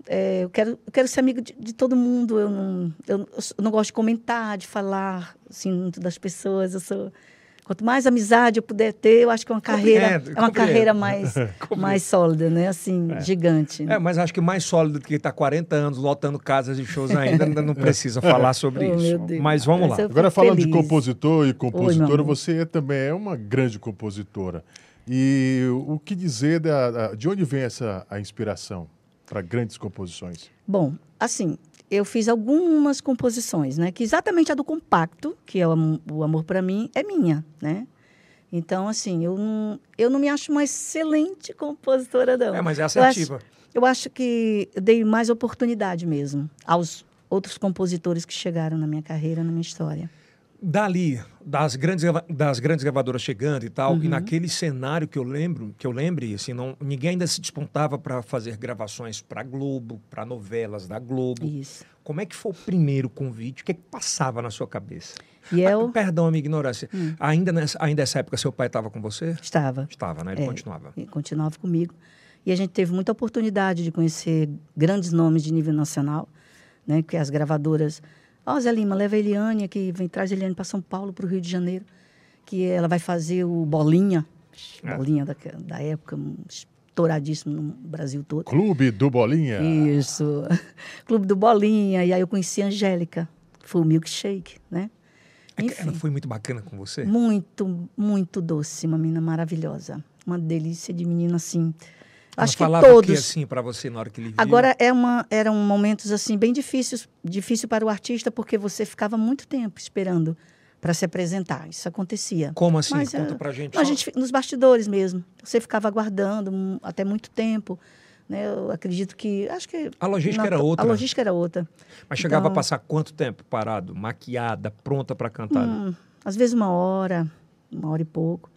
Speaker 3: eh, eu, quero, eu quero ser amigo de, de todo mundo, eu não, eu, não- eu sou- eu não gosto de comentar, de falar, assim, muito das pessoas, eu sou... Quanto mais amizade eu puder ter, eu acho que é uma carreira,
Speaker 1: Compreendo,
Speaker 3: é uma
Speaker 1: compreendo.
Speaker 3: carreira mais,
Speaker 1: Compreendo.
Speaker 3: mais sólida, né? Assim, gigante. né?
Speaker 1: É, mas acho que mais sólido do que está 40 anos lotando casas de shows ainda, ainda não precisa falar sobre
Speaker 3: Oh,
Speaker 1: isso.
Speaker 3: meu Deus.
Speaker 1: Mas vamos lá.
Speaker 3: Mas eu
Speaker 2: Agora,
Speaker 3: fico
Speaker 2: falando de
Speaker 3: feliz.
Speaker 2: compositor e compositora,
Speaker 3: amor.
Speaker 2: você é- também é uma grande compositora. E o que dizer da, da- de onde vem essa a inspiração para grandes composições?
Speaker 3: Bom, assim, eu fiz algumas composições, né? Que exatamente a do compacto, que é o, Am- o amor para mim, é minha, né? Então, assim, eu não, eu não me acho uma excelente compositora, não.
Speaker 1: É, mas é
Speaker 3: Eu acho-
Speaker 1: assertiva.
Speaker 3: Eu acho que eu dei mais oportunidade mesmo aos outros compositores que chegaram na minha carreira, na minha história.
Speaker 1: dali das grandes grava- das grandes gravadoras chegando e tal
Speaker 3: Uhum.
Speaker 1: e naquele cenário que eu lembro que eu lembre assim não ninguém ainda se despontava para fazer gravações para Globo para novelas da Globo
Speaker 3: Isso.
Speaker 1: como é que foi o primeiro convite o que, é que passava na sua cabeça
Speaker 3: E
Speaker 1: Ah,
Speaker 3: eu Hum.
Speaker 1: perdão a minha ignorância ainda nessa ainda nessa época seu pai estava com você
Speaker 3: estava.
Speaker 1: estava né ele
Speaker 3: É.
Speaker 1: continuava
Speaker 3: e continuava comigo. E a gente teve muita oportunidade de conhecer grandes nomes de nível nacional, né? Que as gravadoras, ó Zé Lima, leva a Eliane aqui, vem traz a Eliane para São Paulo, para o Rio de Janeiro, que ela vai fazer o Bolinha,
Speaker 1: É.
Speaker 3: Bolinha da, da época, um estouradíssimo no Brasil todo.
Speaker 2: Clube do Bolinha.
Speaker 3: Isso. Clube do Bolinha, e aí eu conheci a Angélica, que foi o milkshake, né?
Speaker 1: É que ela
Speaker 3: Enfim. Hum,
Speaker 1: foi muito bacana com você
Speaker 3: Muito, muito doce, uma menina maravilhosa. Uma delícia de menina, assim.
Speaker 1: ela
Speaker 3: Acho que
Speaker 1: falava o
Speaker 3: todos.
Speaker 1: que assim para você na hora que ele viu?
Speaker 3: Agora, é uma, eram momentos, assim, bem difíceis. Difícil para o artista, porque você ficava muito tempo esperando para se apresentar. Isso acontecia.
Speaker 1: como assim
Speaker 3: Mas,
Speaker 1: conta
Speaker 3: ah,
Speaker 1: pra gente,
Speaker 3: Não, a
Speaker 1: só-
Speaker 3: gente fi- nos bastidores mesmo. Você ficava aguardando hum, até muito tempo. Né? Eu acredito que... Acho que...
Speaker 1: A logística era outra.
Speaker 3: A logística era outra.
Speaker 1: mas chegava a
Speaker 3: Então-
Speaker 1: passar quanto tempo parado maquiada pronta para cantar
Speaker 3: Hum, às vezes uma hora, uma hora e pouco,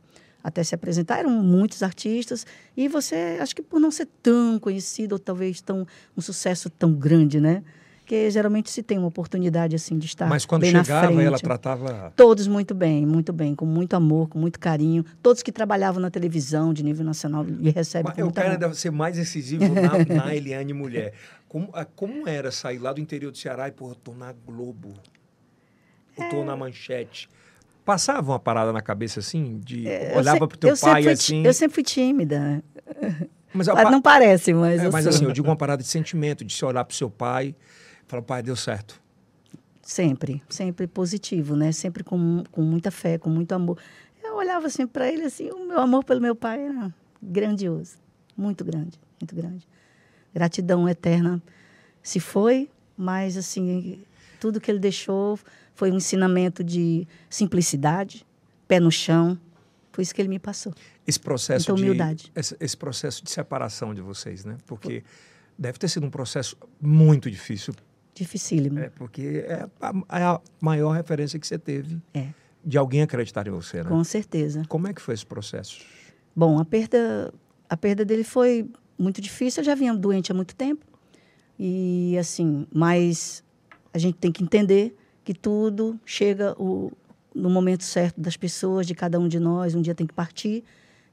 Speaker 3: até se apresentar. Eram muitos artistas. E você, acho que por não ser tão conhecido, ou talvez tão, um sucesso tão grande, né? Porque geralmente se tem uma oportunidade assim de estar.
Speaker 1: Mas quando
Speaker 3: bem na
Speaker 1: chegava,
Speaker 3: frente.
Speaker 1: ela tratava.
Speaker 3: Todos muito bem, muito bem, com muito amor, com muito carinho. Todos que trabalhavam na televisão de nível nacional me recebem com
Speaker 1: Eu
Speaker 3: muito
Speaker 1: quero
Speaker 3: amor.
Speaker 1: ainda ser mais incisivo na, na Eliane Mulher. Como, ah, como era sair lá do interior do Ceará e, porra, tô na Globo, eu tô na
Speaker 3: É.
Speaker 1: Manchete. Passava uma parada na cabeça assim, de
Speaker 3: É, Eu
Speaker 1: olhava
Speaker 3: se-
Speaker 1: pro teu
Speaker 3: eu sempre
Speaker 1: pai
Speaker 3: fui ti-
Speaker 1: assim.
Speaker 3: Eu sempre fui tímida.
Speaker 1: Mas, a
Speaker 3: Pa-
Speaker 1: pa-
Speaker 3: Não parece, mas.
Speaker 1: é,
Speaker 3: eu
Speaker 1: mas
Speaker 3: sou.
Speaker 1: assim, eu digo uma parada de sentimento, de se olhar pro seu pai e falar, pai, deu certo.
Speaker 3: Sempre, sempre positivo, né? Sempre com, com muita fé, com muito amor. Eu olhava assim para ele, assim, o meu amor pelo meu pai era grandioso, muito grande, muito grande. Gratidão eterna. Se foi, mas assim, tudo que ele deixou foi um ensinamento de simplicidade, pé no chão. Foi isso que ele me passou.
Speaker 1: Esse processo de.
Speaker 3: Muita humildade.
Speaker 1: Esse, esse processo de separação de vocês, né? Porque deve ter sido um processo muito difícil
Speaker 3: Dificílimo.
Speaker 1: É, porque é a, é a maior referência que você teve
Speaker 3: É.
Speaker 1: de alguém acreditar em você, né?
Speaker 3: Com certeza.
Speaker 1: Como é que foi esse processo?
Speaker 3: Bom, a perda, a perda dele foi muito difícil. Eu já vinha doente há muito tempo. E, assim, mas a gente tem que entender que tudo chega o, no momento certo das pessoas, de cada um de nós, um dia tem que partir,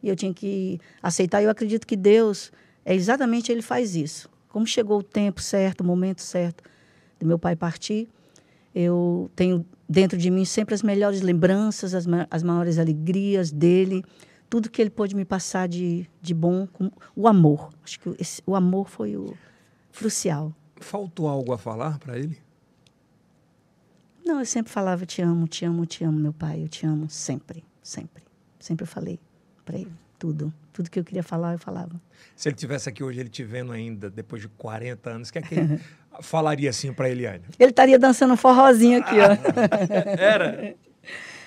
Speaker 3: e eu tinha que aceitar. Eu acredito que Deus, é exatamente ele faz isso. Como chegou o tempo certo, o momento certo do meu pai partir, eu tenho dentro de mim sempre as melhores lembranças, as, ma as maiores alegrias dele, tudo que ele pôde me passar de, de bom, com, o amor. Acho que esse, o amor foi o crucial.
Speaker 1: Faltou algo a falar para ele?
Speaker 3: Não, eu sempre falava te amo, te amo, te amo, meu pai, eu te amo sempre, sempre. Sempre eu falei para ele tudo, tudo que eu queria falar eu falava.
Speaker 1: Se ele tivesse aqui hoje, ele te vendo ainda depois de 40 anos, que é que ele falaria assim para Eliane?
Speaker 3: Ele estaria dançando um forrozinho aqui, ó.
Speaker 1: Era.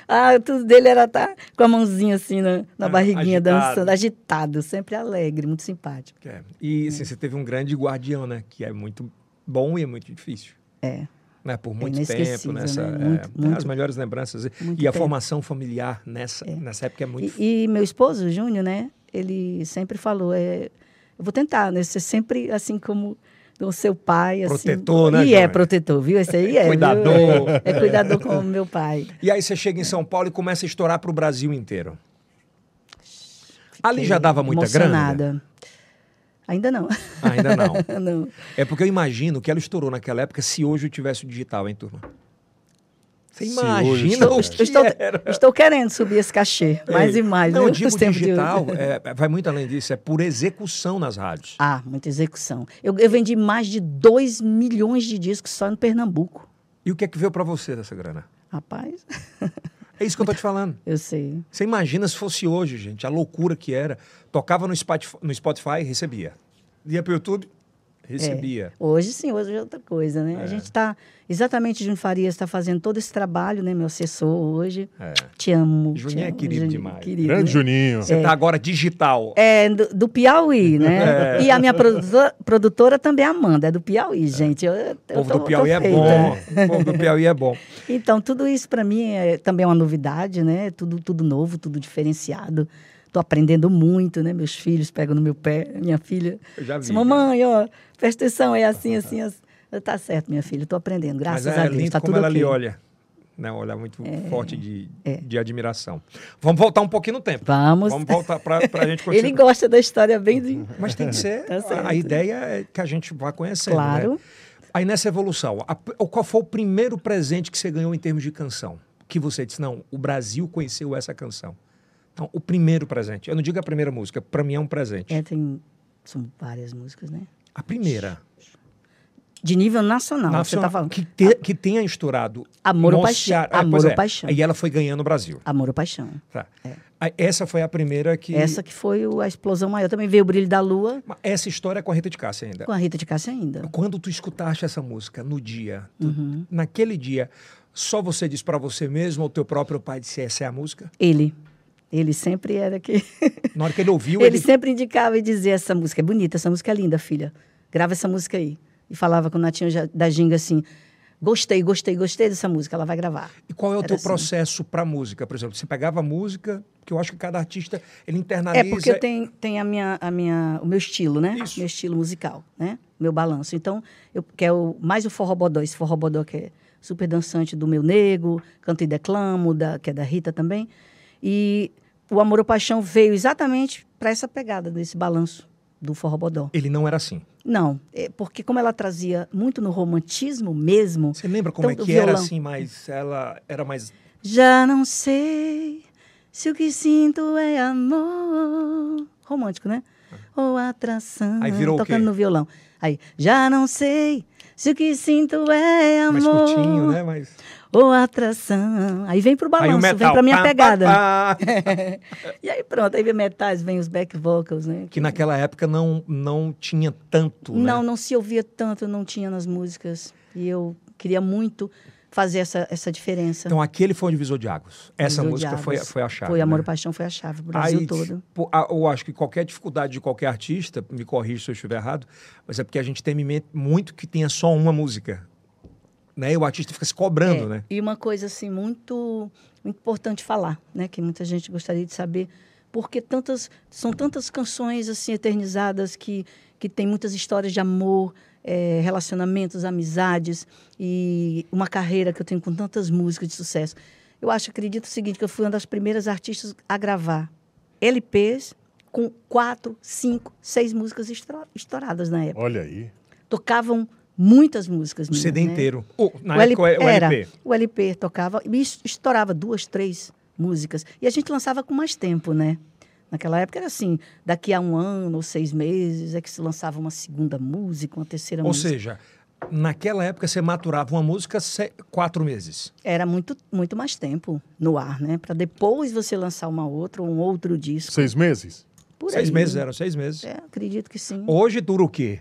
Speaker 3: Ah, tudo dele era estar com a mãozinha assim na, na ah, barriguinha, agitado. dançando, agitado, sempre alegre, muito simpático.
Speaker 1: É. E assim, é. você teve um grande guardião, né? Que é muito bom e é muito difícil.
Speaker 3: É.
Speaker 1: Né? Por muito é tempo, nessa,
Speaker 3: né? muito,
Speaker 1: é,
Speaker 3: muito,
Speaker 1: as melhores lembranças. e tempo. a formação familiar nessa, nessa época é muito...
Speaker 3: E, e meu esposo, Júnior, né? Ele sempre falou, "É, eu vou tentar, né? Você sempre, assim como do seu pai.
Speaker 1: Protetor,
Speaker 3: assim,
Speaker 1: né?
Speaker 3: E
Speaker 1: Joana?
Speaker 3: é protetor, viu? Esse aí é.
Speaker 1: cuidador.
Speaker 3: É, é cuidador com o meu pai.
Speaker 1: E aí você chega em São Paulo e começa a estourar para o Brasil inteiro. Fiquei Ali já dava muita grana?
Speaker 3: Ainda não.
Speaker 1: Ainda não.
Speaker 3: não.
Speaker 1: É porque eu imagino que ela estourou naquela época se hoje eu tivesse o digital, hein, turma? Você imagina
Speaker 3: eu,
Speaker 1: que
Speaker 3: estou, estou, querendo subir esse cachê, é. Então, mais e mais.
Speaker 1: Não, né? digo digital, é, vai muito além disso, é por execução nas rádios.
Speaker 3: Ah, muita execução. Eu, eu vendi mais de 2 milhões de discos só no Pernambuco.
Speaker 1: E o que é que veio para você dessa grana?
Speaker 3: Rapaz...
Speaker 1: É isso que eu tô te falando.
Speaker 3: Eu sei.
Speaker 1: Você imagina se fosse hoje, gente, a loucura que era. Tocava no Spotify, no Spotify recebia. Ia pro YouTube, recebia.
Speaker 3: É. Hoje sim, hoje é outra coisa, né? É. A gente está exatamente Júnior Farias está fazendo todo esse trabalho, né? Meu assessor hoje. É. Te amo.
Speaker 1: Juninho
Speaker 3: te
Speaker 1: é
Speaker 3: amo,
Speaker 1: querido Juninho, demais.
Speaker 2: Querido, Grande né? Juninho.
Speaker 1: Você está agora digital.
Speaker 3: É do, do Piauí,
Speaker 1: É.
Speaker 3: né? E a minha produtora, produtora também é Amanda, é do Piauí, gente. Eu, eu
Speaker 1: o povo
Speaker 3: tô,
Speaker 1: do Piauí é
Speaker 3: feita. né?
Speaker 1: bom. o povo do Piauí é bom.
Speaker 3: Então tudo isso para mim é também uma novidade, né? Tudo tudo novo, tudo diferenciado. Estou aprendendo muito, né? Meus filhos pegam no meu pé, minha filha.
Speaker 1: Eu já vi.
Speaker 3: Diz, Mamãe, ó, presta atenção, é assim, assim, assim. Tá certo, minha filha, estou aprendendo, graças
Speaker 1: Mas é
Speaker 3: a Deus.
Speaker 1: Lindo
Speaker 3: tá
Speaker 1: como
Speaker 3: tudo
Speaker 1: ela
Speaker 3: okay.
Speaker 1: lhe olha. Né, um olhar muito
Speaker 3: É,
Speaker 1: forte de,
Speaker 3: é.
Speaker 1: de admiração. Vamos voltar um pouquinho no tempo.
Speaker 3: Vamos.
Speaker 1: Vamos voltar para a gente Uhum. continuar.
Speaker 3: Ele gosta da história bem. de-
Speaker 1: Mas tem que ser.
Speaker 3: Tá
Speaker 1: a-
Speaker 3: certo.
Speaker 1: a ideia é que a gente vá conhecendo.
Speaker 3: Claro.
Speaker 1: né? Aí nessa evolução, a- o- qual foi o primeiro presente que você ganhou em termos de canção? Que você disse, não, o Brasil conheceu essa canção. Então, o primeiro presente. Eu não digo a primeira música, para mim é um presente.
Speaker 3: É, tem. São várias músicas, né?
Speaker 1: A primeira.
Speaker 3: De nível nacional, você
Speaker 1: nacional,
Speaker 3: está falando.
Speaker 1: Que, te- que tenha estourado.
Speaker 3: Amor ou
Speaker 1: Nossa
Speaker 3: Paixão.
Speaker 1: Senhora. É,
Speaker 3: Amor
Speaker 1: pois
Speaker 3: ou
Speaker 1: é.
Speaker 3: Paixão.
Speaker 1: E ela foi ganhando o Brasil.
Speaker 3: Amor ou Paixão.
Speaker 1: Tá. Aí Essa foi a primeira que.
Speaker 3: Essa que foi o- a explosão maior. Também veio o Brilho da Lua
Speaker 1: Ma- Essa história é com a Rita de Cássia ainda.
Speaker 3: com a Rita de Cássia ainda.
Speaker 1: Quando tu escutaste essa música no dia, tu-
Speaker 3: Uhum.
Speaker 1: naquele dia, só você disse pra você mesmo ou teu próprio pai disse essa é a música?
Speaker 3: Ele. Ele sempre era que.
Speaker 1: Na hora que ele ouviu,
Speaker 3: ele
Speaker 1: ele,
Speaker 3: sempre indicava e dizia: essa música é bonita, essa música é linda, filha. Grava essa música aí. E falava com o Natinho ja- da Ginga assim: gostei, gostei, gostei dessa música, ela vai gravar.
Speaker 1: E qual é o
Speaker 3: Era
Speaker 1: teu
Speaker 3: assim.
Speaker 1: processo pra música? Por exemplo, você pegava a música, que eu acho que cada artista ele
Speaker 3: É
Speaker 1: internaliza.
Speaker 3: porque eu tenho, tenho a minha, a minha, o meu estilo, né?
Speaker 1: Isso.
Speaker 3: Meu estilo musical, né? Meu balanço. Então, eu quero mais o forrobodó, esse forrobodó que é super dançante do meu nego, canto e declamo, da, que é da Rita também. E o Amor ou Paixão veio exatamente para essa pegada desse balanço do forrobodó.
Speaker 1: Ele não era assim.
Speaker 3: Não, é porque como ela trazia muito no romantismo mesmo,
Speaker 1: Você lembra como
Speaker 3: Então,
Speaker 1: é
Speaker 3: o
Speaker 1: que era
Speaker 3: violão.
Speaker 1: assim, mas ela era mais.
Speaker 3: Já não sei se o que sinto é amor. Romântico, né? Ou atração.
Speaker 1: Aí virou o
Speaker 3: Tocando
Speaker 1: quê?
Speaker 3: no violão. Aí, já não sei se o que sinto é amor.
Speaker 1: Mais curtinho, né? Mais...
Speaker 3: Ou atração. Aí vem pro
Speaker 1: Aí
Speaker 3: balanço,
Speaker 1: o metal.
Speaker 3: vem pra minha
Speaker 1: pá, pá,
Speaker 3: pegada.
Speaker 1: pá.
Speaker 3: E aí pronto, aí vem metais, vem os back vocals, né?
Speaker 1: que naquela época não, não tinha tanto, né?
Speaker 3: Não, não se ouvia tanto, não tinha nas músicas. E eu queria muito fazer essa, essa diferença.
Speaker 1: Então aquele foi um divisor de águas. Essa
Speaker 3: Dos
Speaker 1: música foi,
Speaker 3: odiados.
Speaker 1: foi a chave.
Speaker 3: Foi Amor
Speaker 1: né?
Speaker 3: e Paixão, foi a chave pro Brasil
Speaker 1: Aí,
Speaker 3: todo.
Speaker 1: pô, a- eu acho que qualquer dificuldade de qualquer artista, me corrija se eu estiver errado, mas é porque a gente tem em mente muito que tenha só uma música. Né? E o artista fica se cobrando,
Speaker 3: É,
Speaker 1: né?
Speaker 3: E uma coisa assim muito, muito importante falar, né, que muita gente gostaria de saber, porque tantas são tantas canções assim eternizadas que que tem muitas histórias de amor, é, relacionamentos, amizades e uma carreira que eu tenho com tantas músicas de sucesso. Eu acho, acredito o seguinte, que eu fui uma das primeiras artistas a gravar LPs com quatro, cinco, seis músicas estoura- estouradas na época.
Speaker 2: Olha aí.
Speaker 3: Tocavam muitas músicas.
Speaker 1: O
Speaker 3: minhas,
Speaker 1: CD
Speaker 3: né?
Speaker 1: inteiro. Ou, na
Speaker 3: O
Speaker 1: época,
Speaker 3: LP
Speaker 1: o
Speaker 3: era,
Speaker 1: LP.
Speaker 3: O LP tocava e es- estourava duas, três músicas. E a gente lançava com mais tempo, né? Naquela época era assim, daqui a um ano ou seis meses é que se lançava uma segunda música, uma terceira
Speaker 1: Ou
Speaker 3: música.
Speaker 1: seja, naquela época você maturava uma música se- quatro meses.
Speaker 3: Era muito, muito mais tempo no ar, né? Para depois você lançar uma outra ou um outro disco.
Speaker 2: Seis meses?
Speaker 3: Por
Speaker 1: seis
Speaker 3: aí.
Speaker 1: meses, eram seis meses.
Speaker 3: É, acredito que sim.
Speaker 1: Hoje dura o quê?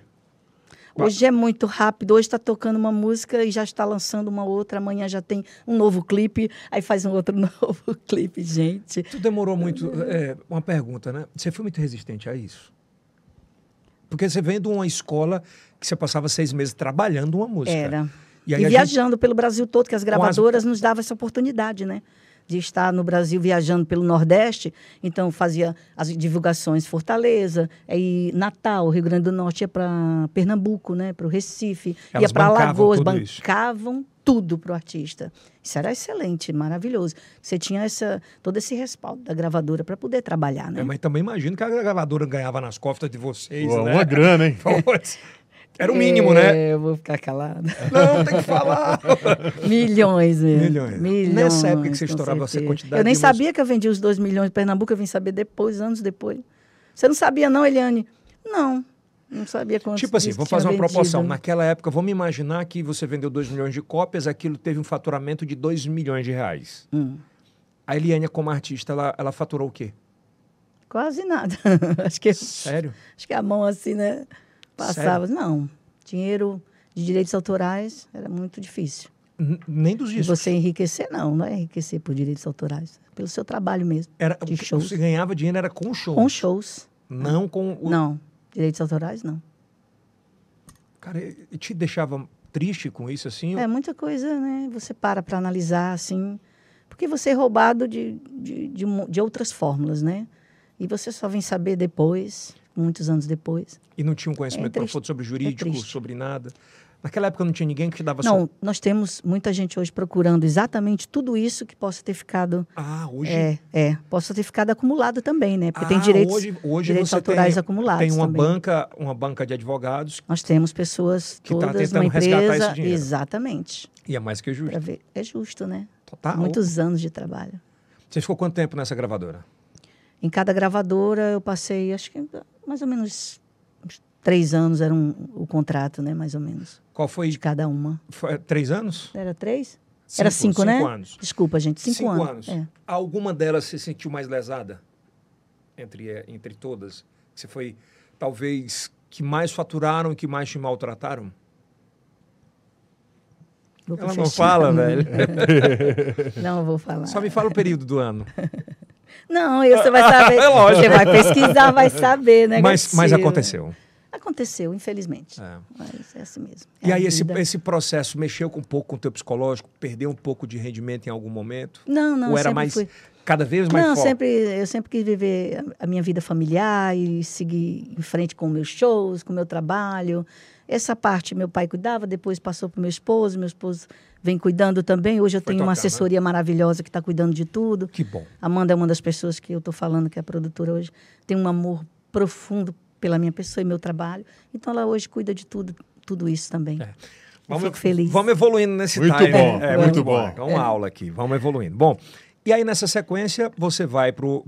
Speaker 3: Hoje é muito rápido. Hoje está tocando uma música e já está lançando uma outra. Amanhã já tem um novo clipe. Aí faz um outro novo clipe, gente.
Speaker 1: Tu demorou muito. é, uma pergunta, né? Você foi muito resistente a isso? Porque você vem de uma escola que você passava seis meses trabalhando uma música.
Speaker 3: Era.
Speaker 1: E
Speaker 3: E,
Speaker 1: aí a
Speaker 3: viajando pelo Brasil todo, que as
Speaker 1: as-
Speaker 3: gravadoras nos davam essa oportunidade, né? De estar no Brasil viajando pelo Nordeste. Então, fazia as divulgações em Fortaleza, aí Natal, Rio Grande do Norte, ia para Pernambuco, né? Para o Recife,
Speaker 1: Elas
Speaker 3: ia para
Speaker 1: bancavam
Speaker 3: Alagoas,
Speaker 1: tudo isso.
Speaker 3: bancavam tudo para o artista. Isso era excelente, maravilhoso. Você tinha essa, todo esse respaldo da gravadora para poder trabalhar, né?
Speaker 1: É, mas também imagino que a gravadora ganhava nas costas de vocês,
Speaker 2: Pô,
Speaker 1: né?
Speaker 2: Uma grana, hein?
Speaker 1: Putz, Era o mínimo, né?
Speaker 3: É, Eu vou ficar calada.
Speaker 1: Não, tem que falar.
Speaker 3: Milhões mesmo.
Speaker 1: Milhões. Nessa época que você
Speaker 3: com
Speaker 1: estourava essa
Speaker 3: certeza.
Speaker 1: quantidade
Speaker 3: Eu nem
Speaker 1: de música.
Speaker 3: sabia que eu vendia os 2 milhões de Pernambuco, eu vim saber depois, anos depois. Você não sabia, não, Eliane? Não. Não sabia quantos
Speaker 1: Tipo assim,
Speaker 3: discos
Speaker 1: vamos fazer uma
Speaker 3: tinha
Speaker 1: proporção.
Speaker 3: vendido.
Speaker 1: Naquela época, vamos imaginar que você vendeu 2 milhões de cópias, aquilo teve um faturamento de 2 milhões de reais.
Speaker 3: Hum.
Speaker 1: A Eliane, como artista, ela, ela faturou o quê?
Speaker 3: Quase nada. acho, que, acho
Speaker 1: Sério?
Speaker 3: que a mão assim, né? Passava. Não. Dinheiro de direitos autorais era muito difícil.
Speaker 1: N- nem dos
Speaker 3: E
Speaker 1: discos.
Speaker 3: você enriquecer, não. Não é enriquecer por direitos autorais. Pelo seu trabalho mesmo.
Speaker 1: Era,
Speaker 3: de
Speaker 1: o que
Speaker 3: shows.
Speaker 1: Você ganhava dinheiro era com o show.
Speaker 3: Com shows.
Speaker 1: Não com o.
Speaker 3: Não. Direitos autorais, não.
Speaker 1: Cara, e te deixava triste com isso, assim?
Speaker 3: É muita coisa, né? Você para para analisar, assim. Porque você é roubado de, de, de, mu- de outras fórmulas, né? E você só vem saber depois, muitos anos depois.
Speaker 1: E não tinha um conhecimento
Speaker 3: É triste.
Speaker 1: profundo sobre jurídico,
Speaker 3: triste.
Speaker 1: sobre nada. Naquela época não tinha ninguém que te dava
Speaker 3: Não, nós temos muita gente hoje procurando exatamente tudo isso que possa ter ficado.
Speaker 1: Ah, hoje.
Speaker 3: É, é, possa ter ficado acumulado também, né? Porque
Speaker 1: Ah,
Speaker 3: tem direitos,
Speaker 1: hoje, hoje
Speaker 3: direitos
Speaker 1: você
Speaker 3: autorais
Speaker 1: tem, um
Speaker 3: acumulados.
Speaker 1: Tem uma
Speaker 3: também.
Speaker 1: banca, uma banca de advogados,
Speaker 3: Nós temos pessoas
Speaker 1: Que tá
Speaker 3: todas,
Speaker 1: tentando
Speaker 3: uma
Speaker 1: resgatar esse
Speaker 3: empresa.
Speaker 1: dinheiro.
Speaker 3: exatamente.
Speaker 1: e é mais que justo. Ah,
Speaker 3: Pra ver. É justo, né?
Speaker 1: Total.
Speaker 3: Muitos anos de trabalho.
Speaker 1: Você ficou quanto tempo nessa gravadora?
Speaker 3: Em cada gravadora eu passei, acho que mais ou menos uns três anos era um- o contrato, né? Mais ou menos.
Speaker 1: Qual foi?
Speaker 3: De cada uma.
Speaker 1: foi três anos?
Speaker 3: Era três? Era cinco, né?
Speaker 1: Cinco anos.
Speaker 3: Desculpa, gente. Cinco, anos. É.
Speaker 1: Alguma delas se sentiu mais lesada? Entre, eh, entre todas? Que Você foi, talvez, que mais faturaram e que mais te maltrataram?
Speaker 3: Vou É.
Speaker 1: Ela não
Speaker 3: confessar.
Speaker 1: fala, velho.
Speaker 3: Não vou falar.
Speaker 1: Só me fala o período do ano.
Speaker 3: Não, eu- você vai saber.
Speaker 1: É lógico.
Speaker 3: Você vai pesquisar, vai saber, né?
Speaker 1: mas, mas
Speaker 3: gatinho?
Speaker 1: aconteceu.
Speaker 3: Aconteceu, infelizmente.
Speaker 1: É.
Speaker 3: Mas é assim mesmo. É
Speaker 1: E
Speaker 3: a
Speaker 1: aí esse,
Speaker 3: vida.
Speaker 1: esse processo mexeu com um pouco com o teu psicológico? Perdeu um pouco de rendimento em algum momento?
Speaker 3: Não, não,
Speaker 1: Ou
Speaker 3: eu
Speaker 1: era
Speaker 3: sempre
Speaker 1: mais...
Speaker 3: fui-
Speaker 1: Cada vez mais
Speaker 3: não,
Speaker 1: forte?
Speaker 3: sempre, eu sempre quis viver a- a minha vida familiar e seguir em frente com meus shows, com meu trabalho. Essa parte meu pai cuidava, depois passou para meu esposo, meu esposo vem cuidando também. Hoje eu
Speaker 1: Foi
Speaker 3: tenho uma
Speaker 1: tocar, né?
Speaker 3: assessoria maravilhosa que está cuidando de tudo.
Speaker 1: Que bom.
Speaker 3: Amanda é uma das pessoas que eu estou falando, que é a produtora hoje, tem um amor profundo pela minha pessoa e meu trabalho. Então ela hoje cuida de tudo, tudo isso também.
Speaker 1: É,
Speaker 3: Eu fico feliz.
Speaker 1: Vamos evoluindo nesse
Speaker 2: Muito
Speaker 1: time.
Speaker 2: bom,
Speaker 1: É,
Speaker 2: muito
Speaker 1: muito bom.
Speaker 2: bom.
Speaker 1: É uma aula aqui, vamos evoluindo. Bom, e aí nessa sequência você vai para o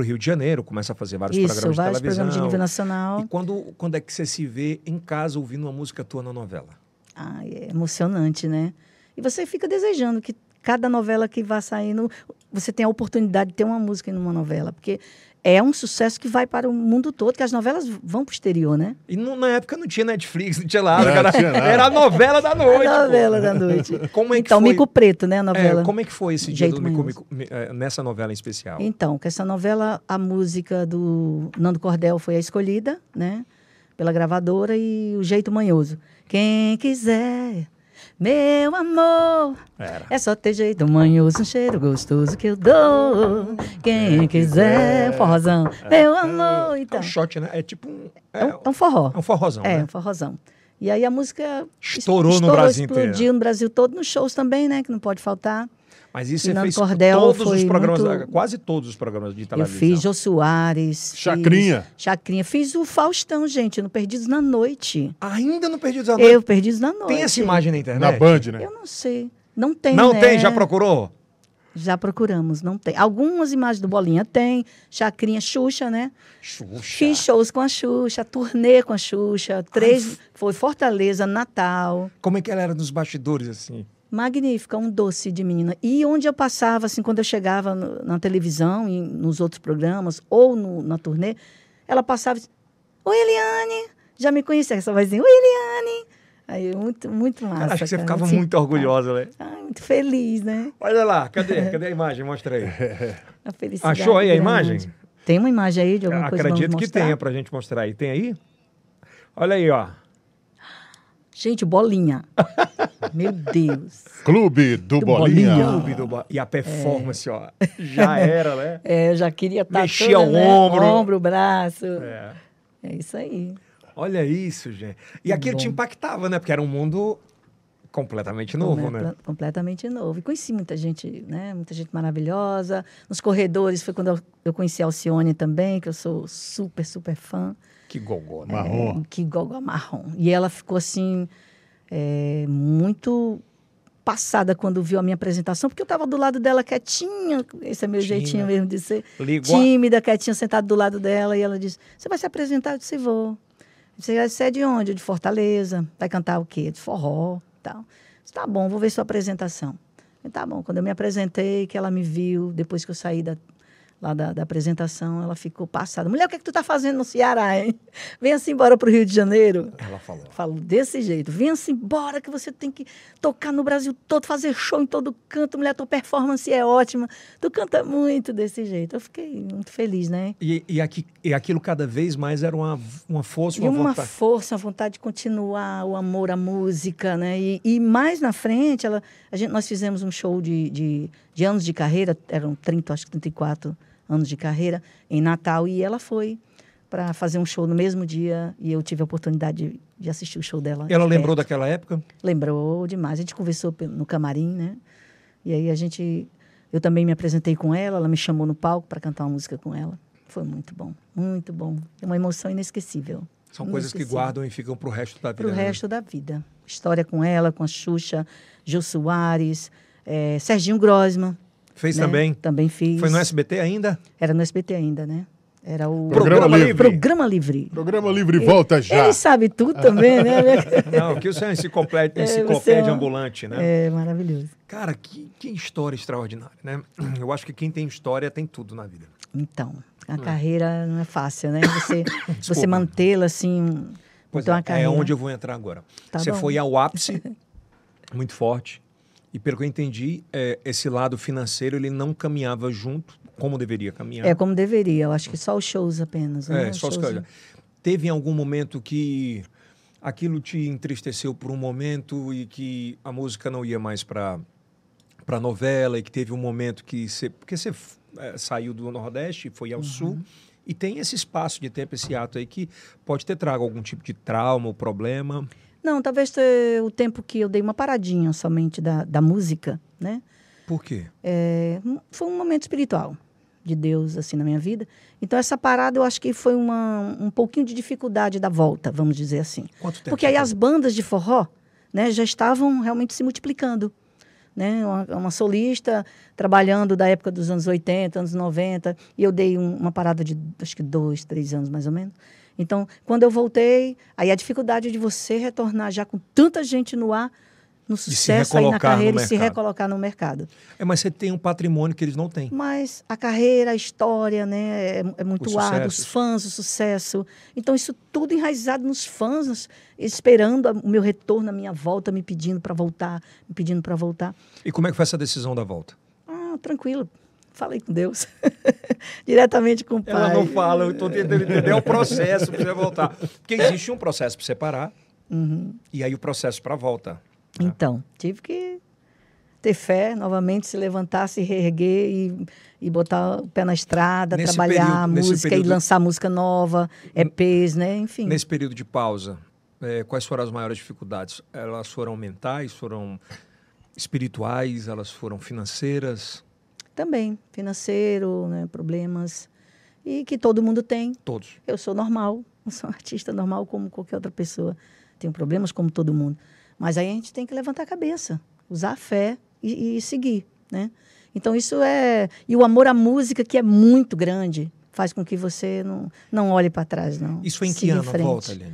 Speaker 1: Rio de Janeiro, começa a fazer vários
Speaker 3: Isso,
Speaker 1: programas
Speaker 3: vários
Speaker 1: de televisão.
Speaker 3: programas de nível nacional.
Speaker 1: E quando, quando é que você se vê em casa ouvindo uma música tua na novela?
Speaker 3: Ah, é emocionante, né? E você fica desejando que cada novela que vá saindo, você tenha a oportunidade de ter uma música em uma novela, porque é um sucesso que vai para o mundo todo, que as novelas vão para o exterior, né?
Speaker 1: E não- na época não tinha Netflix, não tinha nada.
Speaker 2: Não,
Speaker 1: cara.
Speaker 2: tinha nada.
Speaker 1: Era a novela da
Speaker 3: A
Speaker 1: noite. pô.
Speaker 3: novela da noite.
Speaker 1: Como é que
Speaker 3: Então,
Speaker 1: foi?
Speaker 3: Mico Preto, né, a
Speaker 1: É,
Speaker 3: novela?
Speaker 1: como é que foi esse dia
Speaker 3: Jeito
Speaker 1: do Mico,
Speaker 3: Manhoso.
Speaker 1: Mico- Mi- eh, nessa novela em especial?
Speaker 3: Então, que essa novela, a música do Nando Cordel foi a escolhida, né? Pela gravadora e o Jeito Manhoso. Quem quiser, meu amor,
Speaker 1: Era.
Speaker 3: é só ter jeito manhoso, um cheiro gostoso que eu dou. Quem quiser, forrozão, meu amor.
Speaker 1: É
Speaker 3: Então,
Speaker 1: um shot, né? É tipo um. É,
Speaker 3: é um, é um forró.
Speaker 1: é um forrozão,
Speaker 3: É,
Speaker 1: né?
Speaker 3: um forrozão. E aí a música es-
Speaker 1: Estourou no Brasil
Speaker 3: explodiu
Speaker 1: inteiro.
Speaker 3: no Brasil todo, nos shows também, né? Que não pode faltar.
Speaker 1: Mas isso você
Speaker 3: Fernando
Speaker 1: fez
Speaker 3: Cordel
Speaker 1: todos os
Speaker 3: foi
Speaker 1: programas,
Speaker 3: muito-
Speaker 1: quase todos os programas de
Speaker 3: Eu
Speaker 1: televisão.
Speaker 3: fiz Jô Soares. fiz
Speaker 2: Chacrinha.
Speaker 3: Chacrinha. Fiz o Faustão, gente, no Perdidos na Noite.
Speaker 1: Ainda não perdi os anos.
Speaker 3: Eu, Perdidos na Noite.
Speaker 1: Tá Tem essa imagem na internet?
Speaker 2: Na Band, né?
Speaker 3: Eu não sei. Não tem,
Speaker 1: Não
Speaker 3: né?
Speaker 1: tem? Já procurou?
Speaker 3: Já procuramos, não tem. Algumas imagens do Bolinha tem, Chacrinha, Xuxa, né?
Speaker 1: Xuxa.
Speaker 3: Fiz shows com a Xuxa, turnê com a Xuxa, três, foi Fortaleza, Natal,
Speaker 1: Como é que ela era nos bastidores, assim?
Speaker 3: magnífica, um doce de menina. E onde eu passava, assim, quando eu chegava no- na televisão, e nos outros programas, ou no- na turnê, ela passava e disse, Oi, Eliane! Já me conhecia, essa vozinha, Oi, Eliane! Aí, muito, muito massa.
Speaker 1: Cara, acho que você
Speaker 3: cara.
Speaker 1: ficava
Speaker 3: Assim,
Speaker 1: muito orgulhosa, né?
Speaker 3: Ai, muito feliz, né?
Speaker 1: Olha lá, cadê? Cadê a imagem? Mostra aí.
Speaker 3: A felicidade.
Speaker 1: Achou aí a
Speaker 3: grande.
Speaker 1: imagem?
Speaker 3: Tem uma imagem aí de alguma coisa vamos
Speaker 1: Acredito que
Speaker 3: mostrar?
Speaker 1: tenha pra gente mostrar aí. Tem aí? Olha aí, ó.
Speaker 3: Gente, bolinha. Meu Deus.
Speaker 2: Clube do,
Speaker 3: Do
Speaker 2: Bolinha.
Speaker 3: Bolinha.
Speaker 1: Clube do Bo- E a performance, ó. Já era, né?
Speaker 3: É, eu já queria estar
Speaker 1: Mexia
Speaker 3: toda,
Speaker 1: o
Speaker 3: né?
Speaker 1: ombro.
Speaker 3: ombro, braço. É.
Speaker 1: É.
Speaker 3: isso aí.
Speaker 1: Olha isso, gente. E aquilo te impactava, né? Porque era um mundo completamente novo,
Speaker 3: Comple-
Speaker 1: né?
Speaker 3: Completamente novo. E conheci muita gente, né? Muita gente maravilhosa. Nos corredores foi quando eu- eu conheci a Alcione também, que eu sou super, super fã.
Speaker 1: Que gogô, né?
Speaker 2: Marrom.
Speaker 3: É, que gogó marrom. E ela ficou assim, é, muito passada quando viu a minha apresentação, porque eu estava do lado dela quietinha, esse é meu
Speaker 1: Tímida.
Speaker 3: jeitinho mesmo de ser,
Speaker 1: Ligou a-
Speaker 3: tímida, quietinha, sentada do lado dela, e ela disse, você vai se apresentar? Eu disse, vou. Você você é de onde? Eu de Fortaleza. Vai cantar o quê? De forró e tal. Eu disse, tá bom, vou ver sua apresentação. Eu, tá bom. Quando eu me apresentei, que ela me viu, depois que eu saí da, lá da, da apresentação, ela ficou passada. Mulher, o que, é que tu tá fazendo no Ceará, hein? Venha-se embora pro Rio de Janeiro.
Speaker 1: Ela falou.
Speaker 3: Falo desse jeito. Venha-se embora que você tem que tocar no Brasil todo, fazer show em todo canto. Mulher, tua performance é ótima. Tu canta muito desse jeito. Eu fiquei muito feliz, né?
Speaker 1: E, e, aqui, e aquilo cada vez mais era uma, uma força,
Speaker 3: E
Speaker 1: uma,
Speaker 3: uma
Speaker 1: vontade.
Speaker 3: força, a vontade de continuar, o amor à música, né? E, e mais na frente, ela, a gente, nós fizemos um show de, de, de anos de carreira, eram 30, acho que 34 anos de carreira, em Natal, e ela foi para fazer um show no mesmo dia, e eu tive a oportunidade de, de assistir o show dela.
Speaker 1: Ela
Speaker 3: de
Speaker 1: lembrou
Speaker 3: perto.
Speaker 1: daquela época?
Speaker 3: Lembrou demais. A gente conversou pe- no camarim, né? E aí a gente. Eu também me apresentei com ela, ela me chamou no palco para cantar uma música com ela. Foi muito bom, muito bom. É uma emoção inesquecível.
Speaker 1: São coisas que
Speaker 3: Inesquecível.
Speaker 1: guardam e ficam pro resto da vida.
Speaker 3: Para o
Speaker 1: né?
Speaker 3: resto da vida. História com ela, com a Xuxa, Jô Soares, eh, Serginho Grosman.
Speaker 1: Fez
Speaker 3: né?
Speaker 1: também.
Speaker 3: Também fiz.
Speaker 1: Foi no SBT ainda?
Speaker 3: Era no SBT ainda, né? Era o
Speaker 2: Programa Livre.
Speaker 3: Programa Livre.
Speaker 2: Programa Livre volta já.
Speaker 3: Ele sabe tudo também, né?
Speaker 1: Não, que isso é uma enciclopédia,
Speaker 3: É, você é
Speaker 1: enciclopédia
Speaker 3: uma-
Speaker 1: ambulante, né?
Speaker 3: É maravilhoso.
Speaker 1: Cara, que, que história extraordinária, né? Eu acho que quem tem história tem tudo na vida.
Speaker 3: Então, a
Speaker 1: Hum.
Speaker 3: carreira não é fácil, né? Você, você mantê-la assim. um-
Speaker 1: Pois
Speaker 3: manter uma
Speaker 1: é, é
Speaker 3: carreira.
Speaker 1: onde eu vou entrar agora.
Speaker 3: Tá
Speaker 1: Você
Speaker 3: bom.
Speaker 1: foi ao ápice muito forte. E pelo que eu entendi, é, esse lado financeiro ele não caminhava junto como deveria caminhar.
Speaker 3: É como deveria. Eu acho que só os shows apenas. Né?
Speaker 1: É, só os
Speaker 3: shows-
Speaker 1: caras. Teve em algum momento que aquilo te entristeceu por um momento e que a música não ia mais para para novela e que teve um momento que você porque você eh, saiu do Nordeste e foi ao
Speaker 3: Uhum.
Speaker 1: Sul e tem esse espaço de tempo esse ato aí que pode ter trago algum tipo de trauma ou problema
Speaker 3: Não, talvez eh, o tempo que eu dei uma paradinha somente da, da música, né?
Speaker 1: por quê
Speaker 3: É, um- foi um momento espiritual de Deus assim na minha vida. Então essa parada eu acho que foi uma, um pouquinho de dificuldade da volta, vamos dizer assim.
Speaker 1: quanto tempo
Speaker 3: Porque
Speaker 1: você ficou?
Speaker 3: aí as bandas de forró, né, já estavam realmente se multiplicando, né? Uma, uma solista trabalhando da época dos anos 80, anos 90, e eu dei um- uma parada de acho que dois, três anos mais ou menos. Então, quando eu voltei, aí a dificuldade de você retornar já com tanta gente no ar, no
Speaker 1: se
Speaker 3: sucesso aí na
Speaker 1: recolocar no
Speaker 3: carreira e se
Speaker 1: mercado.
Speaker 3: recolocar no mercado.
Speaker 1: é mas você tem um patrimônio que eles não têm
Speaker 3: Mas a carreira, a história, né? É, é
Speaker 1: Os
Speaker 3: muito árdua,
Speaker 1: sucessos.
Speaker 3: os fãs, o sucesso. Então, isso tudo enraizado nos fãs, nos- esperando a- o meu retorno, a minha volta, me pedindo para voltar, me pedindo para voltar.
Speaker 1: e como é que foi essa decisão da volta
Speaker 3: Ah, tranquilo. Falei com Deus. Diretamente com o pai.
Speaker 1: Ela não fala, eu estou tentando entender é o processo para você voltar. Porque
Speaker 3: É.
Speaker 1: existe um processo para separar
Speaker 3: Uhum.
Speaker 1: e aí o processo para volta.
Speaker 3: Então, tive que ter fé, novamente se levantar, se reerguer e, e botar o pé na estrada,
Speaker 1: Nesse
Speaker 3: trabalhar a
Speaker 1: período- nesse
Speaker 3: música
Speaker 1: período-
Speaker 3: e lançar música nova, EPs, né? Enfim.
Speaker 1: Nesse período de pausa, é, quais foram as maiores dificuldades? Elas foram mentais, foram espirituais, elas foram financeiras?
Speaker 3: Também, financeiro, né, problemas. E que todo mundo tem.
Speaker 1: Todos.
Speaker 3: Eu sou normal, eu sou um artista normal como qualquer outra pessoa. Tenho problemas como todo mundo. Mas aí a gente tem que levantar a cabeça, usar a fé e, e seguir, né? Então isso é... E o amor à música, que é muito grande, faz com que você não, não olhe para trás, não.
Speaker 1: Isso em que
Speaker 3: Siga em
Speaker 1: ano
Speaker 3: frente.
Speaker 1: volta, Aline?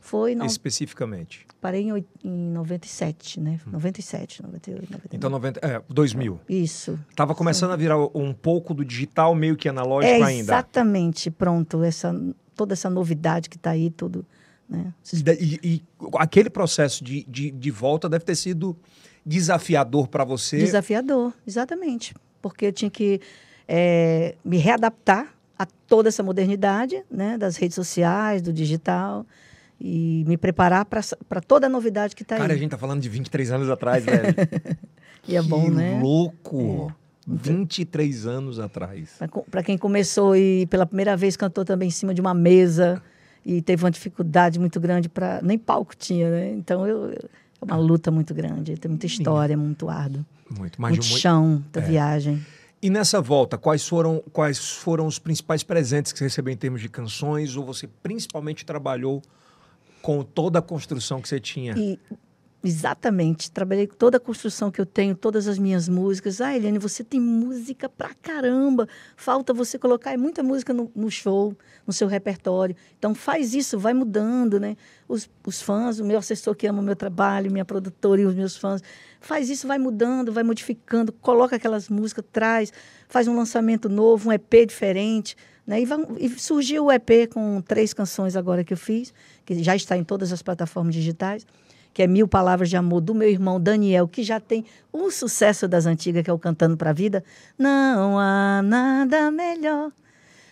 Speaker 3: Foi no...
Speaker 1: Especificamente.
Speaker 3: parei em, oit- em 97, né?
Speaker 1: Hum.
Speaker 3: 97, 98, 99.
Speaker 1: Então, 90, é, 2000.
Speaker 3: Isso.
Speaker 1: Estava começando a virar um pouco do digital, meio que analógico
Speaker 3: é
Speaker 1: ainda.
Speaker 3: exatamente, pronto, essa toda essa novidade que está aí, tudo, né?
Speaker 1: E da- E, e aquele processo de, de, de volta deve ter sido desafiador para você.
Speaker 3: Desafiador, exatamente. Porque eu tinha que eh, me readaptar a toda essa modernidade né, das redes sociais, do digital, e me preparar para toda a novidade que está aí.
Speaker 1: Cara, a gente tá falando de 23 anos atrás, velho.
Speaker 3: E é bom,
Speaker 1: que
Speaker 3: né?
Speaker 1: louco! 23 anos atrás.
Speaker 3: Para quem começou e pela primeira vez cantou também em cima de uma mesa e teve uma dificuldade muito grande para. Nem palco tinha, né? Então eu- é uma luta muito grande, tem muita história, muito árduo.
Speaker 1: Muito, mais de
Speaker 3: Muito
Speaker 1: um mo-
Speaker 3: chão, muita viagem.
Speaker 1: E nessa volta, quais foram, quais foram os principais presentes que você recebeu em termos de canções? Ou você principalmente trabalhou com toda a construção que você tinha?
Speaker 3: E exatamente, trabalhei com toda a construção que eu tenho, todas as minhas músicas. Ah, Eliane, você tem música pra caramba. Falta você colocar é muita música no, no show, no seu repertório. Então faz isso, vai mudando, né? Os, os fãs, o meu assessor que ama o meu trabalho, minha produtora e os meus fãs. Faz isso, vai mudando, vai modificando, coloca aquelas músicas, traz, faz um lançamento novo, um EP diferente. Né? E, vão- e surgiu o EP com três canções agora que eu fiz, que já está em todas as plataformas digitais, que é Mil Palavras de Amor, do meu irmão Daniel, que já tem um sucesso das antigas, que é o Cantando para a Vida. Não há nada melhor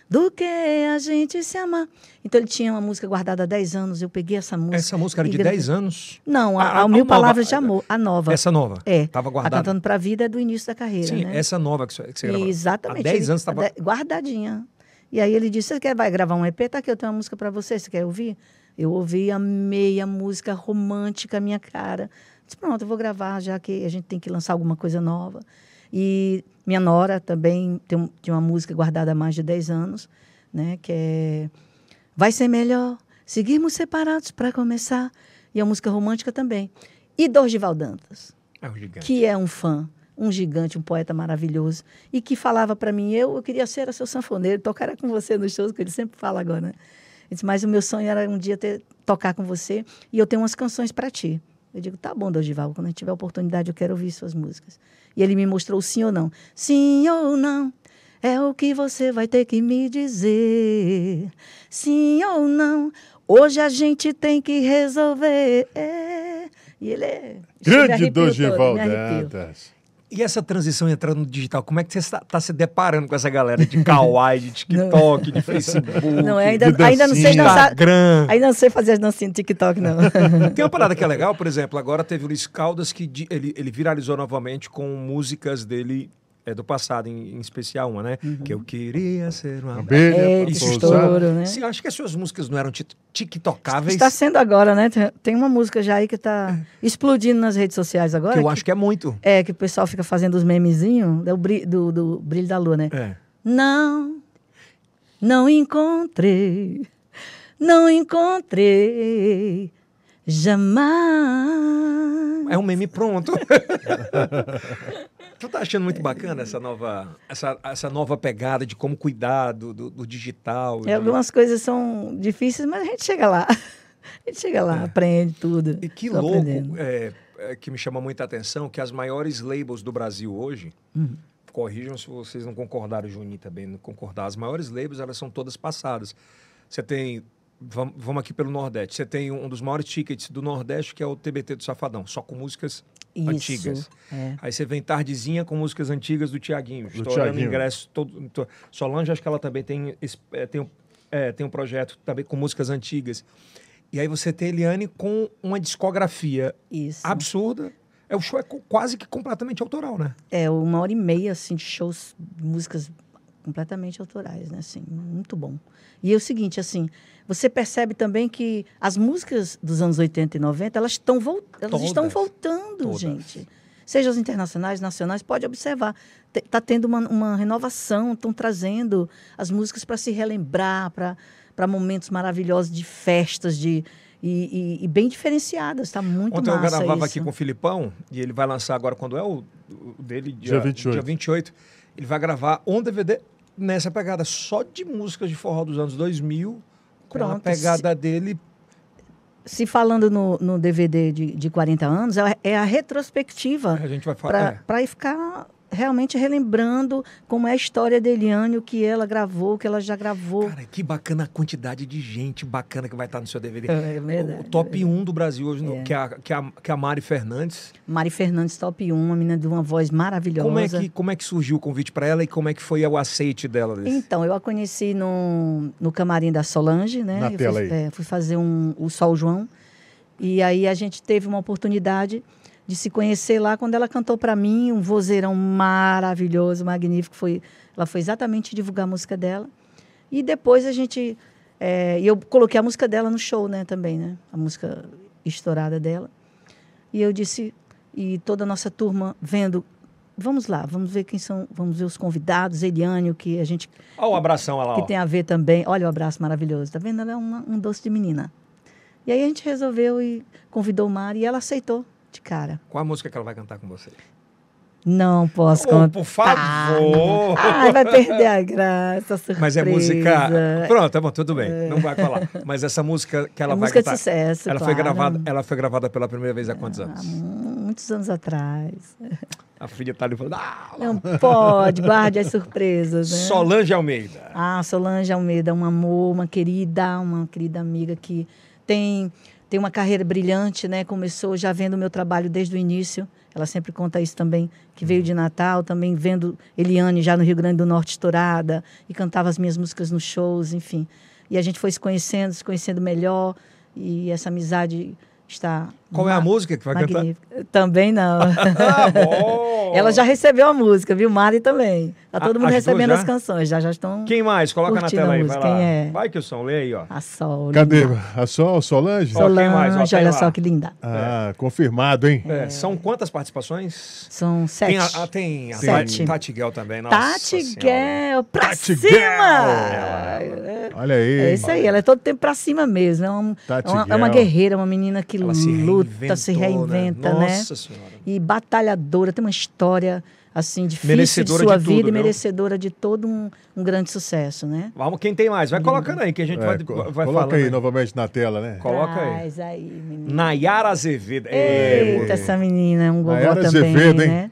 Speaker 3: do que a gente se amar. Então ele tinha uma música guardada há 10 anos, eu peguei essa música.
Speaker 1: Essa música era
Speaker 3: e
Speaker 1: de
Speaker 3: gravei.
Speaker 1: 10 anos?
Speaker 3: Não, a,
Speaker 1: Ah,
Speaker 3: a
Speaker 1: a
Speaker 3: Mil
Speaker 1: nova.
Speaker 3: Palavras de Amor, a nova.
Speaker 1: Essa nova?
Speaker 3: É.
Speaker 1: Tava
Speaker 3: a
Speaker 1: guardada.
Speaker 3: Cantando para a Vida é do início da carreira,
Speaker 1: Sim,
Speaker 3: né?
Speaker 1: essa nova que você, que você gravou.
Speaker 3: Exatamente.
Speaker 1: Há 10
Speaker 3: Ele-
Speaker 1: anos tava...
Speaker 3: de- Guardadinha. E aí ele disse: Você quer, vai gravar um EP? Tá aqui, eu tenho uma música pra você, você quer ouvir? Eu ouvi, amei a música romântica, minha cara. Disse: Pronto, eu vou gravar, já que a gente tem que lançar alguma coisa nova. E minha nora também tem, um- tinha uma música guardada há mais de 10 anos, né? Que é Vai Ser Melhor, Seguirmos Separados pra Começar. E a música romântica também. E Dorgival Dantas
Speaker 1: É um gigante.
Speaker 3: que é um fã, um gigante, um poeta maravilhoso, e que falava para mim, eu, eu queria ser seu sanfoneiro, tocar com você nos shows, que ele sempre fala agora, né? Ele disse, mas o meu sonho era um dia ter, tocar com você, e eu tenho umas canções para ti. Eu digo, tá bom, Dorgival, quando a gente tiver oportunidade, eu quero ouvir suas músicas. E ele me mostrou o sim ou não. Sim ou não, é o que você vai ter que me dizer. Sim ou não, hoje a gente tem que resolver. E ele é...
Speaker 2: Grande Dorgival
Speaker 3: Dorgival
Speaker 2: Dantas.
Speaker 1: E essa transição entrando no digital, como é que você está tá se deparando com essa galera de Kawaii, de TikTok, de Facebook?
Speaker 3: Não, é,
Speaker 2: de
Speaker 3: ainda, ainda não sei
Speaker 2: dancinha.
Speaker 1: Instagram.
Speaker 3: dançar. Ainda não sei fazer as dancinhas do TikTok, não.
Speaker 1: Tem uma parada que é legal, por exemplo, agora teve o Luiz Caldas que di- ele, ele viralizou novamente com músicas dele é, do passado, em, em especial uma, né? Que eu queria ser uma.
Speaker 2: Abelha,
Speaker 3: Uhum. É,
Speaker 1: isso
Speaker 2: pousada.
Speaker 3: estouro, né?
Speaker 1: Você acha que as suas músicas não eram ti- tiktokáveis?
Speaker 3: Está sendo agora, né? Tem- Tem uma música já aí que está explodindo nas redes sociais
Speaker 1: É.
Speaker 3: agora.
Speaker 1: Que eu
Speaker 3: que-
Speaker 1: acho que é muito.
Speaker 3: É, que o pessoal fica fazendo os memezinhos do, bri- do, do brilho da lua, né?
Speaker 1: É.
Speaker 3: Não, não encontrei, não encontrei jamais.
Speaker 1: É um meme pronto. tu tá achando
Speaker 3: É.
Speaker 1: muito bacana essa nova, essa, essa nova pegada de como cuidar do, do- do digital?
Speaker 3: É,
Speaker 1: de-
Speaker 3: algumas coisas são difíceis, mas a gente chega lá. A gente chega lá, aprende tudo.
Speaker 1: É. E que
Speaker 3: Tô
Speaker 1: louco,
Speaker 3: aprendendo.
Speaker 1: é, é, que me chama muita atenção, que as maiores labels do Brasil hoje,
Speaker 3: Uhum.
Speaker 1: corrijam se vocês não concordaram, Juninho também não concordar, as maiores labels, elas são todas passadas. Você tem, vam- vamos, aqui pelo Nordeste, você tem um dos maiores tickets do Nordeste, que é o TBT do Safadão, só com músicas
Speaker 3: Isso,
Speaker 1: antigas.
Speaker 3: é.
Speaker 1: Aí você vem Tardezinha com músicas antigas do Tiaguinho,
Speaker 2: Do
Speaker 1: estourando
Speaker 2: Thiaguinho.
Speaker 1: ingresso. Todo, to- Solange, acho que ela também tem, es- é, tem, um, é, tem um projeto também com músicas antigas. E aí você tem Eliane com uma discografia
Speaker 3: Isso.
Speaker 1: absurda. É, o show é co- quase que completamente autoral, né?
Speaker 3: É, uma hora e meia, assim, de shows, músicas completamente autorais, né? Assim, muito bom. E é o seguinte, assim, você percebe também que as músicas dos anos 80 e 90, elas, tão vol elas
Speaker 1: Todas.
Speaker 3: estão voltando,
Speaker 1: Todas.
Speaker 3: gente. Seja os internacionais, nacionais, pode observar. Está tendo uma, uma renovação, estão trazendo as músicas para se relembrar, para momentos maravilhosos de festas, de... E, e- e bem diferenciadas, está muito
Speaker 1: Ontem eu
Speaker 3: massa
Speaker 1: gravava
Speaker 3: isso.
Speaker 1: aqui com o Filipão e ele vai lançar agora quando é o, o dele, dia,
Speaker 2: Dia 28.
Speaker 1: dia 28. Ele vai gravar um DVD nessa pegada só de músicas de forró dos anos 2000, com a
Speaker 3: Pronto,
Speaker 1: pegada dele.
Speaker 3: se falando no, no DVD de, de 40 anos, é a- é a retrospectiva
Speaker 1: A gente vai falar. é.
Speaker 3: para para ficar realmente relembrando como é a história da Eliane, o que ela gravou, o que ela já gravou.
Speaker 1: Cara, que bacana a quantidade de gente bacana que vai estar no seu DVD.
Speaker 3: É
Speaker 1: o top 1 do Brasil hoje, no-
Speaker 3: É.
Speaker 1: que, é a, que, é a, que é a Mari Fernandes.
Speaker 3: Mari Fernandes, top 1, uma menina de uma voz maravilhosa.
Speaker 1: Como é, que, como é que surgiu o convite para ela e como é que foi o aceite dela? desse?
Speaker 3: Então, eu a conheci no, no camarim da Solange, né?
Speaker 2: Na
Speaker 3: eu
Speaker 2: tela
Speaker 3: fui,
Speaker 2: aí.
Speaker 3: é, fui fazer um, o Sol João. E aí a gente teve uma oportunidade de se conhecer lá quando ela cantou para mim um vozeirão maravilhoso, magnífico. Foi, ela foi exatamente divulgar a música dela. E depois a gente. é, e eu coloquei a música dela no show, né, também, né? A música estourada dela. E eu disse, e toda a nossa turma vendo. Vamos lá, vamos ver quem são, vamos ver os convidados, Eliane, o que a gente
Speaker 1: Olha o abração olha lá.
Speaker 3: que
Speaker 1: ó.
Speaker 3: tem a ver também. Olha o abraço maravilhoso, tá vendo? Ela é uma- um doce de menina. E aí a gente resolveu e convidou o Mari e ela aceitou de cara.
Speaker 1: Qual a música que ela vai cantar com você?
Speaker 3: Não posso Ah,
Speaker 1: Ô,
Speaker 3: contar.
Speaker 1: por favor!
Speaker 3: Ai, vai perder a graça, a surpresa.
Speaker 1: Mas é música. Pronto, tá bom, tudo bem. Não vai falar. Mas essa música que ela
Speaker 3: é
Speaker 1: vai
Speaker 3: música
Speaker 1: cantar.
Speaker 3: de sucesso,
Speaker 1: ela, foi
Speaker 3: claro. Ah,
Speaker 1: gravada, ela foi gravada pela primeira vez há quantos
Speaker 3: Há
Speaker 1: anos?
Speaker 3: muitos anos atrás.
Speaker 1: A filha tá ali falando. "Ah,
Speaker 3: Não pode, guarde as surpresas, né?
Speaker 1: Solange Almeida.
Speaker 3: Ah, Solange Almeida, um amor, uma querida, uma querida amiga que tem tem uma carreira brilhante, né? Começou já vendo o meu trabalho desde o início. Ela sempre conta isso também, que veio de Natal, também vendo Eliane já no Rio Grande do Norte estourada e cantava as minhas músicas nos shows, enfim. E a gente foi se conhecendo, se conhecendo melhor e essa amizade está
Speaker 1: Qual é a música que vai cantar?
Speaker 3: magnífica. Também não.
Speaker 1: Ah, bom.
Speaker 3: Ela já recebeu a música, viu? Mari também. Tá
Speaker 1: A-
Speaker 3: todo mundo
Speaker 1: as duas
Speaker 3: recebendo
Speaker 1: já?
Speaker 3: as canções, já já estão
Speaker 1: Quem mais? Coloca na
Speaker 3: Curtindo
Speaker 1: tela
Speaker 3: a
Speaker 1: aí,
Speaker 3: música,
Speaker 1: vai lá.
Speaker 3: quem é?
Speaker 1: Vai que o som, lê aí, ó.
Speaker 3: A Sol.
Speaker 2: Cadê?
Speaker 3: linda.
Speaker 2: A Sol, Solange?
Speaker 1: Ó, quem
Speaker 3: Solange,
Speaker 1: mais? Ó, tem
Speaker 3: olha
Speaker 1: lá.
Speaker 3: só que linda.
Speaker 2: Ah, confirmado, hein?
Speaker 1: É, são quantas participações?
Speaker 3: São
Speaker 1: Tem
Speaker 3: sete.
Speaker 1: a, a- tem a
Speaker 3: Sete.
Speaker 1: Tati, Tati Guel também. Nossa
Speaker 3: Tati
Speaker 1: Senhora.
Speaker 3: Guel, pra
Speaker 2: Tati
Speaker 3: cima!
Speaker 2: Guel! Olha aí.
Speaker 3: É isso aí, ela é todo tempo pra cima mesmo. É, um-
Speaker 2: Tati
Speaker 3: é uma, é
Speaker 2: Guel.
Speaker 3: uma guerreira, uma menina que
Speaker 1: Ela se
Speaker 3: luta, se
Speaker 1: reinventou,
Speaker 3: reinventa, né?
Speaker 1: Nossa Senhora.
Speaker 3: E batalhadora, tem uma história assim difícil
Speaker 1: Merecedora
Speaker 3: de sua
Speaker 1: de tudo, né?
Speaker 3: vida e merecedora de todo um, um grande sucesso, né?
Speaker 1: Vamos, quem tem mais? Vai colocando aí que a gente
Speaker 2: É,
Speaker 1: vai,
Speaker 2: co-
Speaker 1: vai
Speaker 2: coloca
Speaker 1: falando.
Speaker 2: aí
Speaker 1: aí.
Speaker 2: novamente na tela, né?
Speaker 1: Coloca aí.
Speaker 3: Traz aí. menina.
Speaker 1: Nayara Azevedo. É,
Speaker 3: Eita, essa menina é um gogó
Speaker 2: Nayara
Speaker 3: também,
Speaker 2: Azevedo, hein?
Speaker 3: né?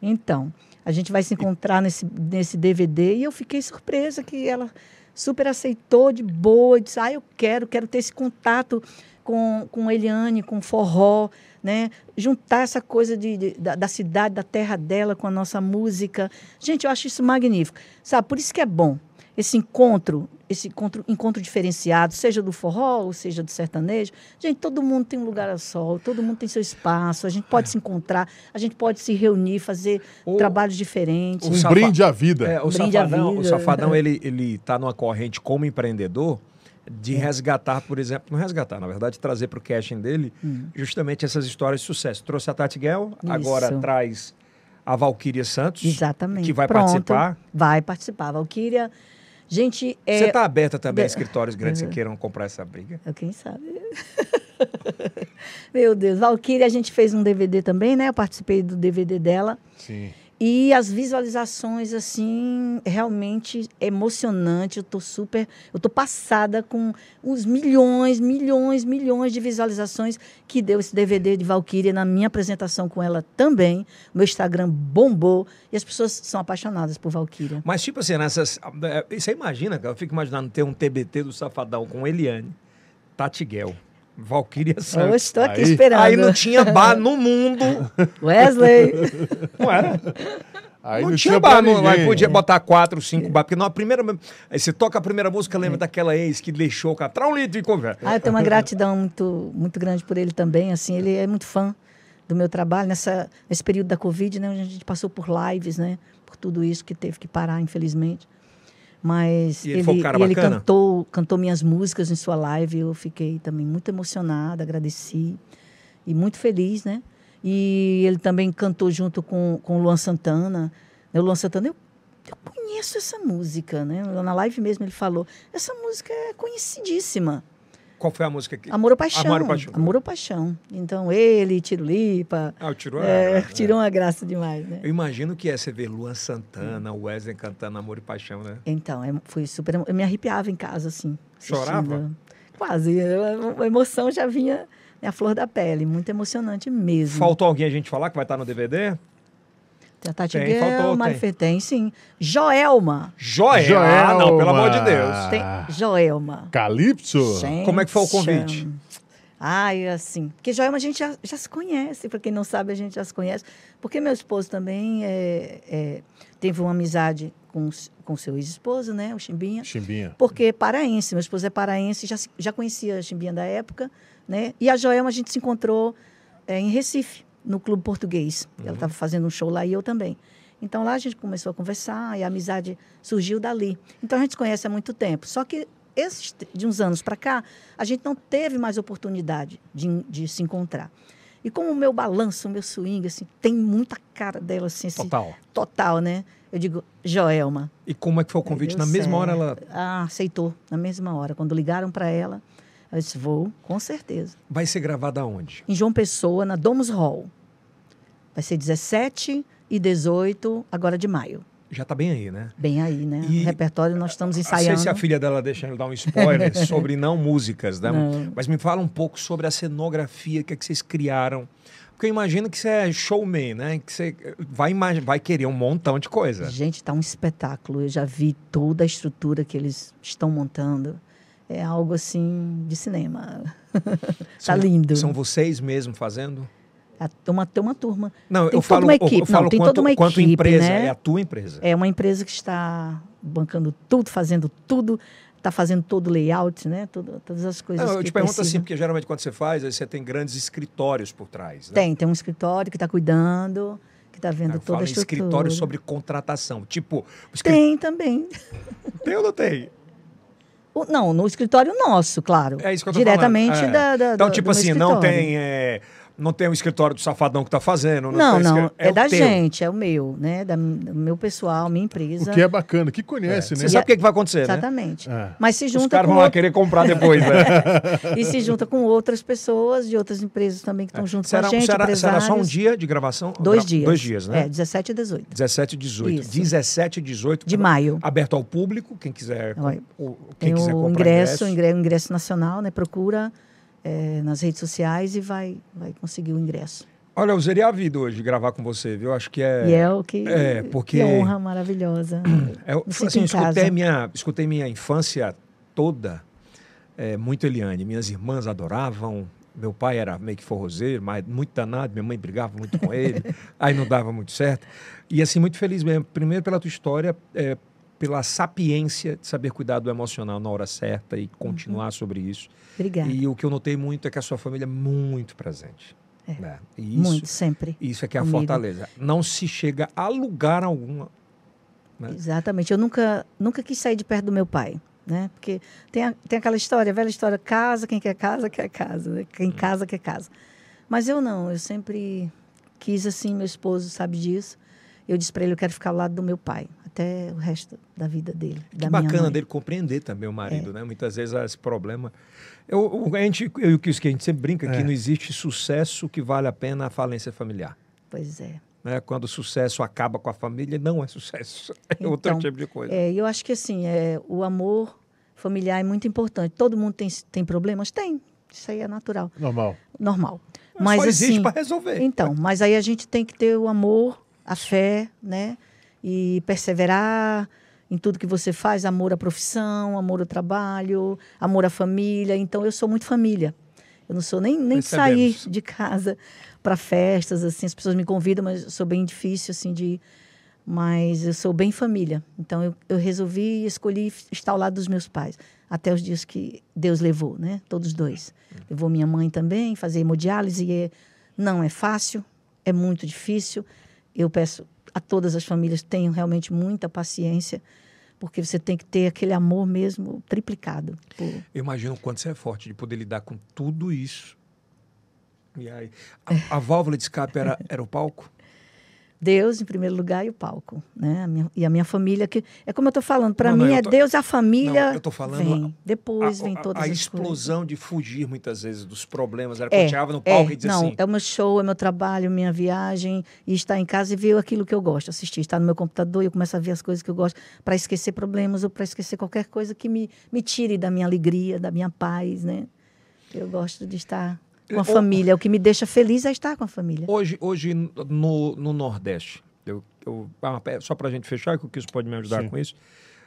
Speaker 3: Então, a gente vai se encontrar nesse, nesse DVD e eu fiquei surpresa que ela super aceitou de boa, disse, ah, eu quero, quero ter esse contato com, com Eliane, com forró, né? Juntar essa coisa de, de- da, da cidade, da terra dela com a nossa música. Gente, eu acho isso magnífico. Sabe, por isso que é bom esse encontro, esse encontro, encontro diferenciado, seja do forró, ou seja do sertanejo. Gente, todo mundo tem um lugar ao sol, todo mundo tem seu espaço, a gente pode se encontrar, a gente pode se reunir, fazer
Speaker 1: É. O-
Speaker 3: trabalhos diferentes.
Speaker 1: o
Speaker 2: Um
Speaker 1: Safa-
Speaker 2: brinde à vida.
Speaker 1: É, o,
Speaker 3: Brinde à
Speaker 1: safadão, o
Speaker 3: vida. né?
Speaker 1: Safadão, ele, ele tá numa corrente como empreendedor
Speaker 3: É.
Speaker 1: de resgatar, por exemplo, não resgatar, na verdade, trazer para o casting dele
Speaker 3: Hum.
Speaker 1: justamente essas histórias de sucesso. Trouxe a Tati Guel, agora
Speaker 3: Isso.
Speaker 1: traz a Valquíria Santos,
Speaker 3: Exatamente.
Speaker 1: que vai
Speaker 3: Pronto.
Speaker 1: participar.
Speaker 3: Vai participar. Valquíria, gente, é.
Speaker 1: Você tá está aberta também a
Speaker 3: de-
Speaker 1: escritórios grandes que queiram comprar essa briga?
Speaker 3: É Quem sabe? Meu Deus, Valquíria, a gente fez um DVD também, né? Eu participei do DVD dela.
Speaker 2: Sim.
Speaker 3: E as visualizações, assim, realmente emocionante. Eu tô super. Eu tô passada com os milhões, milhões, milhões de visualizações que deu esse DVD de Valkyria na minha apresentação com ela também. Meu Instagram bombou e as pessoas são apaixonadas por Valkyria.
Speaker 1: Mas, tipo assim, nessas. é, Você imagina, cara? Eu fico imaginando ter um TBT do Safadão com Eliane, Tati Guel, Valquíria
Speaker 3: Eu né?
Speaker 1: Santos.
Speaker 3: estou aqui
Speaker 2: Aí-
Speaker 3: esperando.
Speaker 1: Aí não tinha bar no mundo.
Speaker 3: Wesley.
Speaker 1: Não era?
Speaker 2: Aí
Speaker 1: não, tinha né? bar,
Speaker 2: pra
Speaker 1: não,
Speaker 2: ninguém.
Speaker 1: mas podia botar quatro, cinco bar, porque na primeira, aí você toca a primeira música, lembra daquela ex que deixou catrar um litro e conversa.
Speaker 3: Ah, eu tenho uma gratidão muito, muito grande por ele também. Assim, ele é muito fã do meu trabalho nessa, nesse período da Covid, né? onde A gente passou por lives, né? Por tudo isso que teve que parar, infelizmente. Mas
Speaker 1: E ele
Speaker 3: ele,
Speaker 1: foi um cara
Speaker 3: e ele
Speaker 1: bacana?
Speaker 3: cantou, cantou minhas músicas em sua live. Eu fiquei também muito emocionada, agradeci e muito feliz, né? E ele também cantou junto com, com o Luan Santana. né? O Luan Santana, eu, eu conheço essa música, né? Lá Na live mesmo ele falou: essa música é conhecidíssima.
Speaker 1: Qual foi a música que.
Speaker 3: Amor ou Paixão.
Speaker 1: Amor ou Paixão.
Speaker 3: Amor ou Paixão. Então ele, Tiro Lipa.
Speaker 1: Ah, o Tirou
Speaker 3: é,
Speaker 1: é,
Speaker 3: tirou uma graça demais, né?
Speaker 1: Eu imagino que é você ver Luan Santana, Wesley cantando Amor e Paixão, né?
Speaker 3: Então, é- foi super. emo- Eu me arrepiava em casa, assim. assistindo.
Speaker 1: Chorava?
Speaker 3: Quase. A a emoção já vinha né, a flor da pele. Muito emocionante mesmo.
Speaker 1: Faltou alguém a gente falar que vai estar no DVD?
Speaker 3: Tem a Tati
Speaker 1: Tem,
Speaker 3: Guerra,
Speaker 1: faltou,
Speaker 3: o Mário
Speaker 1: tem.
Speaker 3: Fer- tem, sim. Joelma.
Speaker 1: Joel! Ah, não, pelo amor de Deus.
Speaker 2: Ah.
Speaker 3: Tem Joelma.
Speaker 2: Calypso?
Speaker 1: Como é que foi o
Speaker 3: Gente,
Speaker 1: convite?
Speaker 3: Ai, assim. Porque Joelma a gente já, já se conhece, para quem não sabe, a gente já se conhece. Porque meu esposo também é, é, teve uma amizade com, s- com seu ex-esposo, né? O Chimbinha.
Speaker 2: Chimbinha.
Speaker 3: Porque é paraense, meu esposo é paraense, já, se- já conhecia a Chimbinha da época, né? E a Joelma a gente se encontrou eh, em Recife, no Clube Português. Ela estava fazendo um show lá e eu também. Então lá a gente começou a conversar e a amizade surgiu dali. Então a gente se conhece há muito tempo. Só que esses, te- de uns anos para cá, a gente não teve mais oportunidade de, en- de se encontrar. E como o meu balanço, o meu swing, assim, tem muita cara dela, assim, esse
Speaker 1: Total.
Speaker 3: total, né? Eu digo, Joelma,
Speaker 1: E como é que foi o convite? Na
Speaker 3: deu
Speaker 1: mesma
Speaker 3: certo.
Speaker 1: hora ela
Speaker 3: ah, aceitou na mesma hora. Quando ligaram para ela, ela disse: Vou, com certeza.
Speaker 1: vai ser gravada onde?
Speaker 3: Em João Pessoa, na Domus Hall. Vai ser 17 e 18, agora de maio.
Speaker 1: Já tá bem aí, né?
Speaker 3: Bem aí, né?
Speaker 1: E-
Speaker 3: O repertório nós estamos
Speaker 1: Não
Speaker 3: ensaiando.
Speaker 1: sei se a filha dela deixa eu dar um spoiler sobre não músicas, né?
Speaker 3: Não.
Speaker 1: Mas me fala um pouco sobre a cenografia, o que é que vocês criaram. Porque eu imagino que você é showman, né? Que você vai, imag- vai querer um montão de coisa.
Speaker 3: Gente, tá um espetáculo. Eu já vi toda a estrutura que eles estão montando. É algo assim de cinema. tá
Speaker 1: São-
Speaker 3: lindo.
Speaker 1: São vocês mesmo fazendo?
Speaker 3: É uma, tem uma turma.
Speaker 1: Não,
Speaker 3: Tem
Speaker 1: eu
Speaker 3: toda
Speaker 1: falo,
Speaker 3: uma
Speaker 1: eu- eu
Speaker 3: equipe.
Speaker 1: falo
Speaker 3: Não, tem
Speaker 1: quanto,
Speaker 3: toda uma
Speaker 1: quanto
Speaker 3: equipe,
Speaker 1: empresa,
Speaker 3: né?
Speaker 1: é a tua empresa.
Speaker 3: É uma empresa que está bancando tudo, fazendo tudo, está fazendo todo o layout, né? Tudo- todas as coisas.
Speaker 1: Não, eu
Speaker 3: que
Speaker 1: te pergunto assim,
Speaker 3: precisam.
Speaker 1: porque geralmente quando você faz, aí você tem grandes escritórios por trás. Né?
Speaker 3: Tem, tem um escritório que está cuidando, que está vendo
Speaker 1: Eu
Speaker 3: toda
Speaker 1: falo
Speaker 3: a
Speaker 1: em
Speaker 3: estrutura.
Speaker 1: escritório sobre contratação. Tipo, o escritório
Speaker 3: Tem também.
Speaker 1: tem ou não tem?
Speaker 3: O- não, no escritório nosso, claro.
Speaker 1: É isso que eu tô
Speaker 3: Diretamente
Speaker 1: falando. É.
Speaker 3: da, da-
Speaker 1: Então,
Speaker 3: do-
Speaker 1: tipo
Speaker 3: do meu
Speaker 1: assim, não
Speaker 3: escritório.
Speaker 1: tem, é, não tem o escritório do safadão que tá fazendo.
Speaker 3: Não,
Speaker 1: tem
Speaker 3: não,
Speaker 1: escri-
Speaker 3: é,
Speaker 1: o
Speaker 3: da
Speaker 1: teu.
Speaker 3: gente, é o meu, né? Da, do meu pessoal, minha
Speaker 2: O
Speaker 3: empresa.
Speaker 1: né?
Speaker 2: que é bacana, que conhece,
Speaker 1: É. Você
Speaker 2: né?
Speaker 1: sabe o que, que vai acontecer, né?
Speaker 3: é Exatamente.
Speaker 2: É.
Speaker 3: Mas se
Speaker 1: Os
Speaker 3: junta
Speaker 1: caras
Speaker 3: com
Speaker 1: vão lá
Speaker 3: outro-
Speaker 1: querer comprar depois, né?
Speaker 3: e se junta com outras pessoas de outras empresas também que estão junto
Speaker 1: É. será,
Speaker 3: com a gente,
Speaker 1: será, será só um
Speaker 3: empresários.
Speaker 1: dia de gravação?
Speaker 3: Dois
Speaker 1: Gra-
Speaker 3: dias.
Speaker 1: Dois dias, né?
Speaker 3: É, 17 e 18
Speaker 1: 17 e 18.
Speaker 3: Isso.
Speaker 1: 17 e 18.
Speaker 3: de maio.
Speaker 1: Aberto ao público, quem quiser,
Speaker 3: Olha,
Speaker 1: o- Tá quem
Speaker 3: Tem
Speaker 1: quiser
Speaker 3: o
Speaker 1: comprar
Speaker 3: ingresso, o ingre- o ingresso nacional, né? Procura é, nas redes sociais e vai, vai conseguir o ingresso.
Speaker 1: Olha, eu zerei a vida hoje de gravar com você, viu? Acho que é.
Speaker 3: E é o que,
Speaker 1: É, porque-
Speaker 3: que honra maravilhosa.
Speaker 1: É, eu-
Speaker 3: Me sinto
Speaker 1: assim,
Speaker 3: em
Speaker 1: escutei,
Speaker 3: casa.
Speaker 1: minha, escutei minha infância toda é, muito Eliane. Minhas irmãs adoravam. Meu pai era meio que forrozeiro, mas muito danado. Minha mãe brigava muito com ele. aí não dava muito certo. E assim, muito feliz mesmo. Primeiro pela tua história, é, pela sapiência de saber cuidar do emocional na hora certa e
Speaker 3: Uhum.
Speaker 1: continuar sobre isso.
Speaker 3: Obrigada.
Speaker 1: E o que eu notei muito é que a sua família é muito presente.
Speaker 3: É.
Speaker 1: né? E isso,
Speaker 3: Muito, sempre.
Speaker 1: isso é que é a
Speaker 3: Comigo.
Speaker 1: fortaleza. Não se chega a lugar algum. né?
Speaker 3: Exatamente. Eu nunca, nunca quis sair de perto do meu pai, né? Porque tem, a- tem aquela história, a velha história, casa, quem quer casa, quer casa, né? Quem
Speaker 1: Hum.
Speaker 3: casa, quer casa. Mas eu não, eu sempre quis assim, meu esposo sabe disso. Eu disse para ele, eu quero ficar ao lado do meu pai, até o resto da vida dele,
Speaker 1: Que
Speaker 3: da minha
Speaker 1: bacana
Speaker 3: mãe. É.
Speaker 1: dele compreender também o marido, né? Muitas vezes há esse problema. Eu, eu- a gente, eu, que isso que a gente sempre brinca que
Speaker 2: É.
Speaker 1: não existe sucesso que vale a pena a falência familiar.
Speaker 3: Pois é.
Speaker 1: Né? Quando o sucesso acaba com a família, não é sucesso. É outro
Speaker 3: Então,
Speaker 1: tipo de coisa.
Speaker 3: É, eu acho que assim, é, o amor familiar é muito importante. Todo mundo tem, tem problemas? Tem. Isso aí é natural,
Speaker 2: Normal.
Speaker 3: normal.
Speaker 1: Mas
Speaker 3: Mas
Speaker 1: Só existe
Speaker 3: assim,
Speaker 1: para resolver.
Speaker 3: então, mas aí a gente tem que ter o amor, a fé, né? E perseverar em tudo que você faz, amor à profissão, amor ao trabalho, amor à família. Então eu sou muito família. Eu não sou nem nem de sair
Speaker 1: Percebemos.
Speaker 3: de casa para festas assim, as pessoas me convidam, mas eu sou bem difícil assim de mas eu sou bem família. Então eu, eu resolvi e escolhi f- estar ao lado dos meus pais até os dias que Deus levou, né? Todos dois. Levou minha mãe também fazer hemodiálise e é, não é fácil, é muito difícil. Eu peço a todas as famílias tenham realmente muita paciência, porque você tem que ter aquele amor mesmo triplicado. por-
Speaker 1: Eu imagino o quanto você é forte de poder lidar com tudo isso. E aí, a, a válvula de escape era, era o palco?
Speaker 3: Deus em primeiro lugar e o palco, né? A minha- e a minha família que é como eu estou falando, para
Speaker 1: Não, não,
Speaker 3: mim
Speaker 1: eu
Speaker 3: é
Speaker 1: tô-
Speaker 3: Deus, a família.
Speaker 1: Não, eu tô falando
Speaker 3: vem. depois
Speaker 1: a,
Speaker 3: vem
Speaker 1: a-
Speaker 3: todas
Speaker 1: a
Speaker 3: as coisas.
Speaker 1: explosão de fugir muitas vezes dos problemas. Era quando
Speaker 3: É,
Speaker 1: chegava no
Speaker 3: é,
Speaker 1: palco e dizia
Speaker 3: não,
Speaker 1: assim.
Speaker 3: é o meu show, é meu trabalho, minha viagem, e estar em casa e ver aquilo que eu gosto, assistir, estar no meu computador e eu começo a ver as coisas que eu gosto, para esquecer problemas ou para esquecer qualquer coisa que me, me tire da minha alegria, da minha paz, né? Eu gosto de estar com a
Speaker 1: Ô-
Speaker 3: família, o que me deixa feliz é estar com a família.
Speaker 1: Hoje, hoje no, no Nordeste, eu, eu- ah, pe- só para a gente fechar, que o Kiss pode me ajudar
Speaker 2: Sim.
Speaker 1: com isso,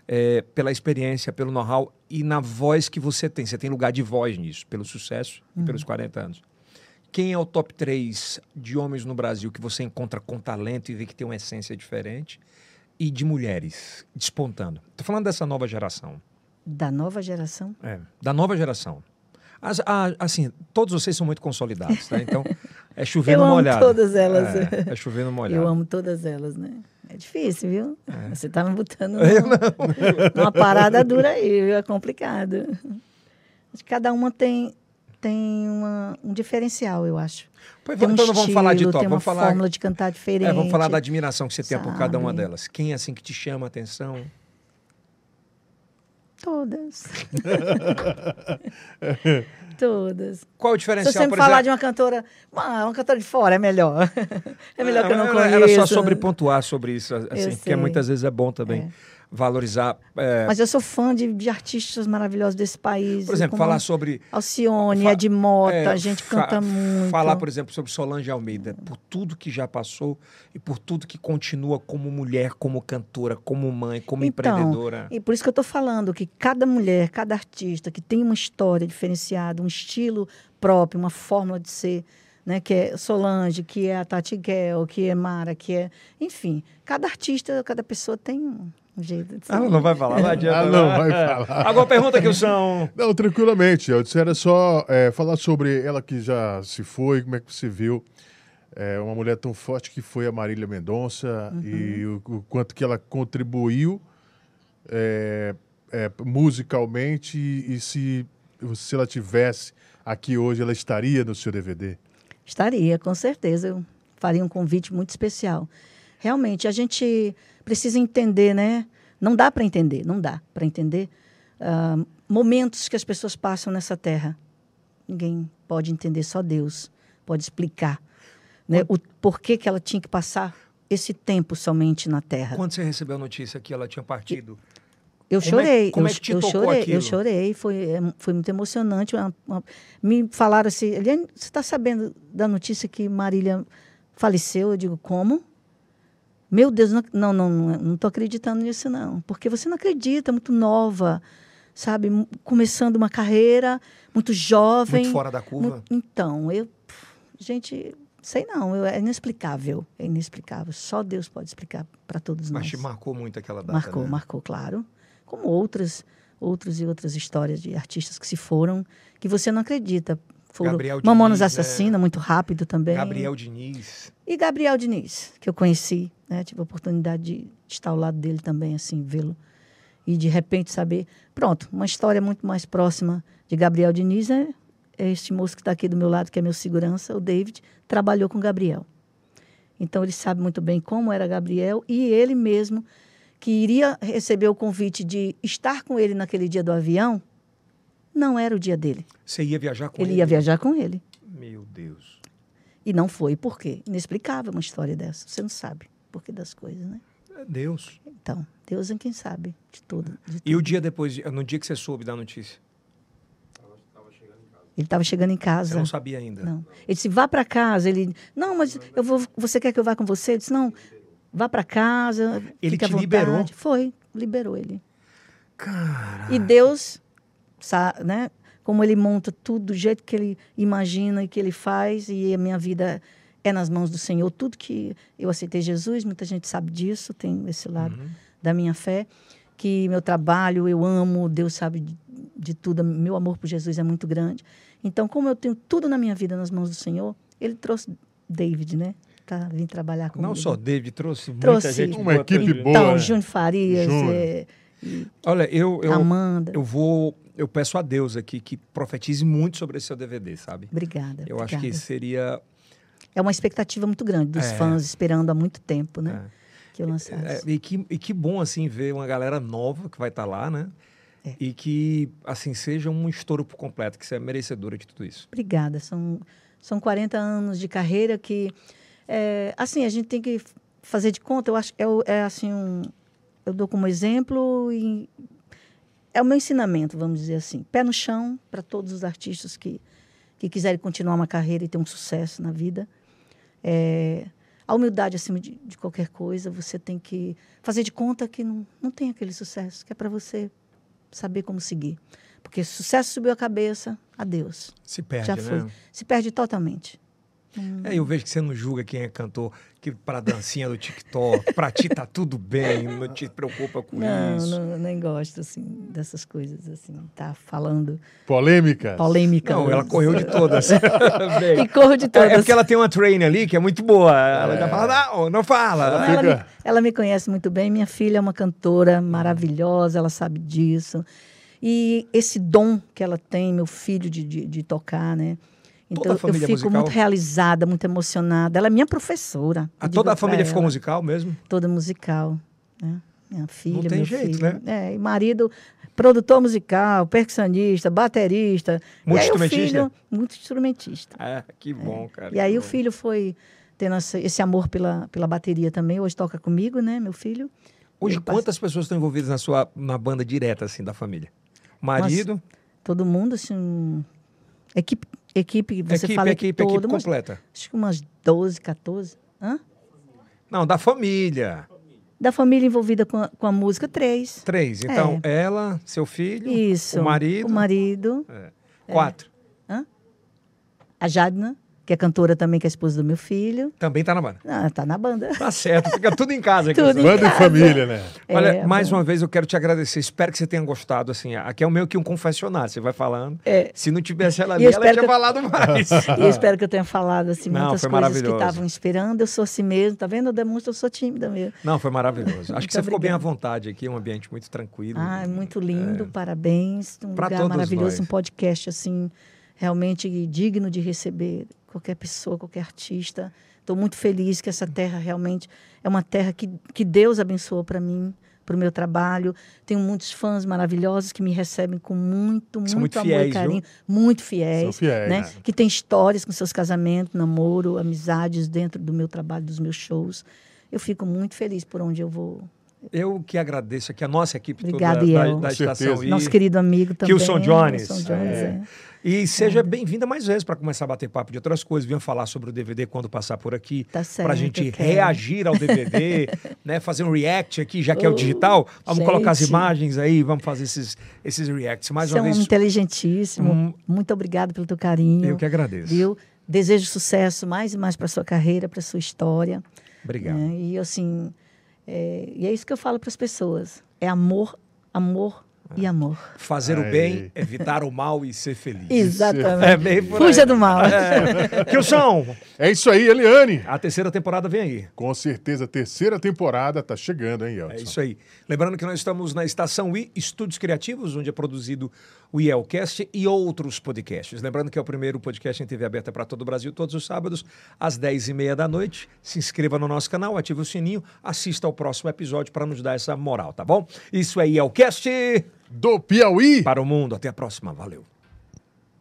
Speaker 1: é, pela experiência, pelo know-how e na voz que você tem. Você tem lugar de voz nisso, pelo sucesso e pelos 40 anos. Quem é o top 3 de homens no Brasil que você encontra com talento e vê que tem uma essência diferente? E de mulheres despontando. Tô falando dessa nova geração.
Speaker 3: Da nova geração,
Speaker 1: É, da nova geração. As- a- assim, todos vocês são muito consolidados, tá? Então, é chovendo
Speaker 3: Eu amo
Speaker 1: molhado.
Speaker 3: todas elas.
Speaker 1: É, é chovendo molhado.
Speaker 3: eu amo todas elas, né? É difícil, viu?
Speaker 1: É.
Speaker 3: Você tá me botando numa, numa parada dura aí, viu? É complicado. Acho que cada uma tem, tem uma- um diferencial, eu acho.
Speaker 1: Pois
Speaker 3: Tem um
Speaker 1: vamos- então não vamos falar de
Speaker 3: estilo,
Speaker 1: top,
Speaker 3: tem uma
Speaker 1: vamos falar,
Speaker 3: fórmula de cantar diferente.
Speaker 1: é, vamos falar da admiração que você tem por cada uma
Speaker 3: sabe?
Speaker 1: delas. Quem é assim que te chama a atenção?
Speaker 3: Todas. todas.
Speaker 1: Qual é o
Speaker 3: Se eu
Speaker 1: diferencial,
Speaker 3: sempre
Speaker 1: por
Speaker 3: falar
Speaker 1: exemplo?
Speaker 3: de uma cantora, ah, uma cantora de fora é melhor. é melhor que eu não
Speaker 1: Ela-
Speaker 3: conheço.
Speaker 1: Ela só sobre pontuar sobre isso, assim, porque
Speaker 3: sei.
Speaker 1: muitas vezes é bom também valorizar, é,
Speaker 3: Mas eu sou fã de, de artistas maravilhosos desse país.
Speaker 1: por exemplo,
Speaker 3: como
Speaker 1: falar sobre
Speaker 3: Alcione,
Speaker 1: Fa-
Speaker 3: Edmota,
Speaker 1: É,
Speaker 3: a gente
Speaker 1: fa-
Speaker 3: canta muito.
Speaker 1: Falar, por exemplo, sobre Solange Almeida, por tudo que já passou e por tudo que continua como mulher, como cantora, como mãe, como
Speaker 3: Então,
Speaker 1: empreendedora.
Speaker 3: E por isso que eu estou falando que cada mulher, cada artista que tem uma história diferenciada, um estilo próprio, uma fórmula de ser, né, que é Solange, que é a Tati Guel, que é Mara, que é. Enfim, cada artista, cada pessoa tem um jeito de ser.
Speaker 1: Ela Ah, não vai falar, É. Ah, não adianta. né?
Speaker 2: Ela Ah, não vai falar.
Speaker 1: Agora pergunta que o são.
Speaker 2: Não, tranquilamente. Eu disse, era só é, falar sobre ela que já se foi, como é que você viu é, uma mulher tão forte que foi a Marília Mendonça e o, o quanto que ela contribuiu é, é, musicalmente e, e se, se ela tivesse aqui hoje, ela estaria no seu DVD.
Speaker 3: Estaria, com certeza. Eu faria um convite muito especial. Realmente, a gente precisa entender, né? Não dá para entender, não dá para entender ah, momentos que as pessoas passam nessa terra. Ninguém pode entender, só Deus pode explicar né? o porquê que ela tinha que passar esse tempo somente na terra.
Speaker 1: Quando você recebeu a notícia que ela tinha partido?
Speaker 3: Eu
Speaker 1: Como é-
Speaker 3: chorei.
Speaker 1: como
Speaker 3: eu,
Speaker 1: é que te
Speaker 3: eu
Speaker 1: tocou
Speaker 3: chorei,
Speaker 1: aquilo?
Speaker 3: eu chorei, foi, é, foi muito emocionante. uma- uma- me falaram assim, Eliane, você está sabendo da notícia que Marília faleceu? Eu digo, como? Meu Deus, não, não, não, não, não tô acreditando nisso, não. Porque você não acredita, é muito nova, sabe? Mu- Começando uma carreira, muito jovem.
Speaker 1: Muito fora da curva.
Speaker 3: Mu- Então, eu. pff, Gente, sei não, eu- é inexplicável. É inexplicável. Só Deus pode explicar para todos
Speaker 1: Mas
Speaker 3: nós.
Speaker 1: te marcou muito aquela data.
Speaker 3: Marcou,
Speaker 1: né?
Speaker 3: marcou, claro. Como outras, outros e outras histórias de artistas que se foram, que você não acredita. Foram
Speaker 1: Gabriel
Speaker 3: Mamonas
Speaker 1: Diniz, é.
Speaker 3: Assassina, muito rápido também.
Speaker 1: Gabriel Diniz.
Speaker 3: E Gabriel Diniz, que eu conheci, né? Tive a oportunidade de estar ao lado dele também, assim, vê-lo. E de repente saber. Pronto, uma história muito mais próxima de Gabriel Diniz é, é este moço que está aqui do meu lado, que é meu segurança, o David, trabalhou com Gabriel. Então ele sabe muito bem como era Gabriel e ele mesmo, que iria receber o convite de estar com ele naquele dia do avião, não era o dia dele.
Speaker 1: Você ia viajar com ele?
Speaker 3: Ele ia viajar com ele.
Speaker 1: Meu Deus.
Speaker 3: E não foi. Por quê? Inexplicável uma história dessa. Você não sabe o porquê das coisas, né?
Speaker 1: É Deus.
Speaker 3: Então, Deus é quem sabe de tudo. de tudo.
Speaker 1: E o dia depois, no dia que você soube da notícia?
Speaker 3: Ele estava chegando em
Speaker 1: Você
Speaker 3: casa.
Speaker 1: não né? sabia ainda.
Speaker 3: Não. Ele disse, vá para casa. Ele, não, mas eu vou, você quer que eu vá com você? Ele disse, não, vá para casa.
Speaker 1: Ele
Speaker 3: fique à
Speaker 1: te
Speaker 3: vontade."
Speaker 1: liberou? Ah.
Speaker 3: Foi, liberou ele.
Speaker 1: Cara. Uhum.
Speaker 3: E Deus, sa- né? Como ele monta tudo do jeito que ele imagina e que ele faz, e a minha vida é nas mãos do Senhor. Tudo que eu aceitei Jesus, muita gente sabe disso, tem esse lado
Speaker 1: Uhum.
Speaker 3: da minha fé, que meu trabalho eu amo, Deus sabe de, de tudo, meu amor por Jesus é muito grande. Então, como eu tenho tudo na minha vida nas mãos do Senhor, ele trouxe David, né? Pra vir trabalhar comigo.
Speaker 1: Não só David, trouxe, muita
Speaker 3: né? Trouxe.
Speaker 1: gente.
Speaker 2: Uma
Speaker 1: boa,
Speaker 2: equipe
Speaker 1: trouxe-
Speaker 2: boa.
Speaker 3: Então,
Speaker 2: né?
Speaker 3: Júnior Farias,
Speaker 2: Júnior.
Speaker 3: é,
Speaker 1: Olha, eu, eu,
Speaker 3: Amanda.
Speaker 1: eu vou. Eu peço a Deus aqui que profetize muito sobre esse seu DVD, sabe?
Speaker 3: Obrigada.
Speaker 1: Eu acho que
Speaker 3: obrigada.
Speaker 1: seria.
Speaker 3: É uma expectativa muito grande dos
Speaker 1: É.
Speaker 3: fãs esperando há muito tempo, né? Que eu
Speaker 1: é,
Speaker 3: lançasse.
Speaker 1: e, que, e que bom, assim, ver uma galera nova que vai estar lá, né?
Speaker 3: É.
Speaker 1: E que, assim, seja um estouro por completo, que você é merecedora de tudo isso.
Speaker 3: Obrigada. São, são 40 anos de carreira que. é, assim, a gente tem que fazer de conta, eu acho que é, o- é assim um. Eu dou como exemplo e é o meu ensinamento, vamos dizer assim. Pé no chão para todos os artistas que, que quiserem continuar uma carreira e ter um sucesso na vida. É, a humildade acima de, de qualquer coisa, você tem que fazer de conta que não, não tem aquele sucesso, que é para você saber como seguir. Porque se o sucesso subiu a cabeça, adeus.
Speaker 1: Se perde,
Speaker 3: Já
Speaker 1: né?
Speaker 3: foi. Se perde totalmente.
Speaker 1: É, eu vejo que você não julga quem é cantor, que pra dancinha do TikTok, pra ti tá tudo bem, não te preocupa com
Speaker 3: Não,
Speaker 1: isso.
Speaker 3: não, nem gosto assim dessas coisas assim, tá falando
Speaker 2: Polêmicas.
Speaker 3: polêmica.
Speaker 1: É. Não, ela correu de todas. Bem,
Speaker 3: E corro de todas.
Speaker 1: É, é porque ela tem uma train ali que é muito boa. Ela já fala, não, não fala.
Speaker 3: Não,
Speaker 1: né?
Speaker 3: ela, me,
Speaker 2: Fica-
Speaker 3: ela me conhece muito bem. Minha filha é uma cantora
Speaker 1: Uhum.
Speaker 3: maravilhosa, ela sabe disso. E esse dom que ela tem, meu filho, de, de, de tocar, né?
Speaker 1: Toda a
Speaker 3: Então eu
Speaker 1: família
Speaker 3: fico
Speaker 1: musical?
Speaker 3: muito realizada, muito emocionada. Ela é minha professora.
Speaker 1: Ah,
Speaker 3: eu digo
Speaker 1: toda a
Speaker 3: pra
Speaker 1: família ficou
Speaker 3: ela,
Speaker 1: musical mesmo?
Speaker 3: Toda musical. Né? Minha filha,
Speaker 1: tem
Speaker 3: meu
Speaker 1: jeito,
Speaker 3: filho.
Speaker 1: né?
Speaker 3: É, e marido, produtor musical, percussionista, baterista. E aí o
Speaker 1: Multi-instrumentista?
Speaker 3: filho- Muito instrumentista.
Speaker 1: Ah, que bom, cara.
Speaker 3: É. E aí
Speaker 1: que
Speaker 3: o
Speaker 1: bom.
Speaker 3: filho foi tendo essa- esse amor pela, pela bateria também. Hoje toca comigo, né, meu filho?
Speaker 1: Hoje,
Speaker 3: eu passo-
Speaker 1: quantas pessoas estão envolvidas na sua na banda direta, assim, da família? Marido,
Speaker 3: Todo mundo, assim... Equipe, equipe você
Speaker 1: equipe,
Speaker 3: fala
Speaker 1: equipe,
Speaker 3: todo,
Speaker 1: equipe
Speaker 3: mas
Speaker 1: completa.
Speaker 3: acho que umas 12, 14. Hã?
Speaker 1: Não, da família.
Speaker 3: Da família envolvida com a, com a música, três.
Speaker 1: Três. Então, ela, seu filho,
Speaker 3: Isso.
Speaker 1: o marido.
Speaker 3: O marido. é.
Speaker 1: Quatro.
Speaker 3: A Jadna, que é cantora também, que é a esposa do meu filho.
Speaker 1: Também tá na banda.
Speaker 3: Ah, tá na banda.
Speaker 1: Tá certo, fica tudo em casa. aqui,
Speaker 3: Tudo
Speaker 1: sabe?
Speaker 3: em
Speaker 2: Banda e família, né?
Speaker 1: Olha,
Speaker 3: É,
Speaker 1: mais um-
Speaker 3: bom.
Speaker 1: uma vez eu quero te agradecer. Espero que você tenha gostado. Assim, aqui é meio que um confessionário. Você vai falando.
Speaker 3: É.
Speaker 1: Se não tivesse ela
Speaker 3: E
Speaker 1: ali,
Speaker 3: eu
Speaker 1: ela
Speaker 3: espero
Speaker 1: tinha
Speaker 3: que eu-
Speaker 1: falado mais.
Speaker 3: E eu espero que eu tenha falado assim,
Speaker 1: Não,
Speaker 3: muitas
Speaker 1: foi
Speaker 3: coisas que
Speaker 1: maravilhoso.
Speaker 3: estavam esperando. Eu sou assim mesmo, tá vendo? Eu demonstro, eu sou tímida mesmo.
Speaker 1: não, foi maravilhoso. Acho
Speaker 3: Muito
Speaker 1: que você ficou bem à
Speaker 3: obrigada.
Speaker 1: vontade aqui. Um ambiente muito tranquilo.
Speaker 3: Ah, é muito lindo, parabéns. Um
Speaker 1: Pra
Speaker 3: lugar
Speaker 1: todos
Speaker 3: maravilhoso,
Speaker 1: nós.
Speaker 3: um podcast assim, realmente digno de receber qualquer pessoa, qualquer artista. Estou muito feliz que essa terra realmente é uma terra que, que Deus abençoou para mim, para o meu trabalho. Tenho muitos fãs maravilhosos que me recebem com muito, muito,
Speaker 1: São muito
Speaker 3: amor
Speaker 1: fiéis,
Speaker 3: e
Speaker 1: viu?
Speaker 3: carinho. Muito fiéis.
Speaker 2: São fiéis.
Speaker 3: né? Que tem histórias com seus casamentos, namoro, amizades dentro do meu trabalho, dos meus shows. Eu fico muito feliz por onde eu vou.
Speaker 1: Eu que agradeço aqui a nossa equipe
Speaker 3: Obrigada,
Speaker 1: toda da- da,
Speaker 3: eu.
Speaker 1: da
Speaker 2: Com
Speaker 1: estação.
Speaker 2: certeza.
Speaker 1: E,
Speaker 3: Nosso querido amigo também.
Speaker 1: Kilson Jones.
Speaker 3: Kilson Jones,
Speaker 1: É.
Speaker 3: é.
Speaker 1: e seja bem-vinda mais vezes para começar a bater papo de outras coisas. Venha falar sobre o DVD quando passar por aqui.
Speaker 3: Tá
Speaker 1: para a
Speaker 3: certo,
Speaker 1: gente
Speaker 3: eu quero.
Speaker 1: reagir ao DVD, né? Fazer um react aqui, já que é o
Speaker 3: Oh,
Speaker 1: digital. Vamos colocar as
Speaker 3: gente.
Speaker 1: imagens aí, vamos fazer esses, esses reacts. Mais
Speaker 3: Você é
Speaker 1: uma
Speaker 3: um
Speaker 1: vez,
Speaker 3: inteligentíssimo.
Speaker 1: Hum.
Speaker 3: Muito obrigado pelo teu carinho.
Speaker 1: eu que agradeço.
Speaker 3: Viu? Desejo sucesso mais e mais para sua carreira, para sua história.
Speaker 1: Obrigado.
Speaker 3: né? E assim, é, e é isso que eu falo para as pessoas. É amor, amor
Speaker 1: Ah.
Speaker 3: e amor.
Speaker 1: Fazer o
Speaker 2: Aí.
Speaker 1: bem, evitar o mal e ser feliz.
Speaker 3: Exatamente.
Speaker 1: É bem por aí.
Speaker 3: Fuja do mal.
Speaker 1: É. Kilson,
Speaker 2: É isso aí, Eliane.
Speaker 1: a terceira temporada vem aí.
Speaker 2: Com certeza, terceira temporada tá chegando, hein, Elton?
Speaker 1: É isso aí. Lembrando que nós estamos na Estação I, Estúdios Criativos, onde é produzido o IELCast e outros podcasts. Lembrando que é o primeiro podcast em TV aberta para todo o Brasil, todos os sábados, às 10h30 da noite. Se inscreva no nosso canal, ative o sininho, assista ao próximo episódio para nos dar essa moral, tá bom? Isso é IELCast
Speaker 2: Do Piauí.
Speaker 1: para o mundo. Até a próxima. Valeu.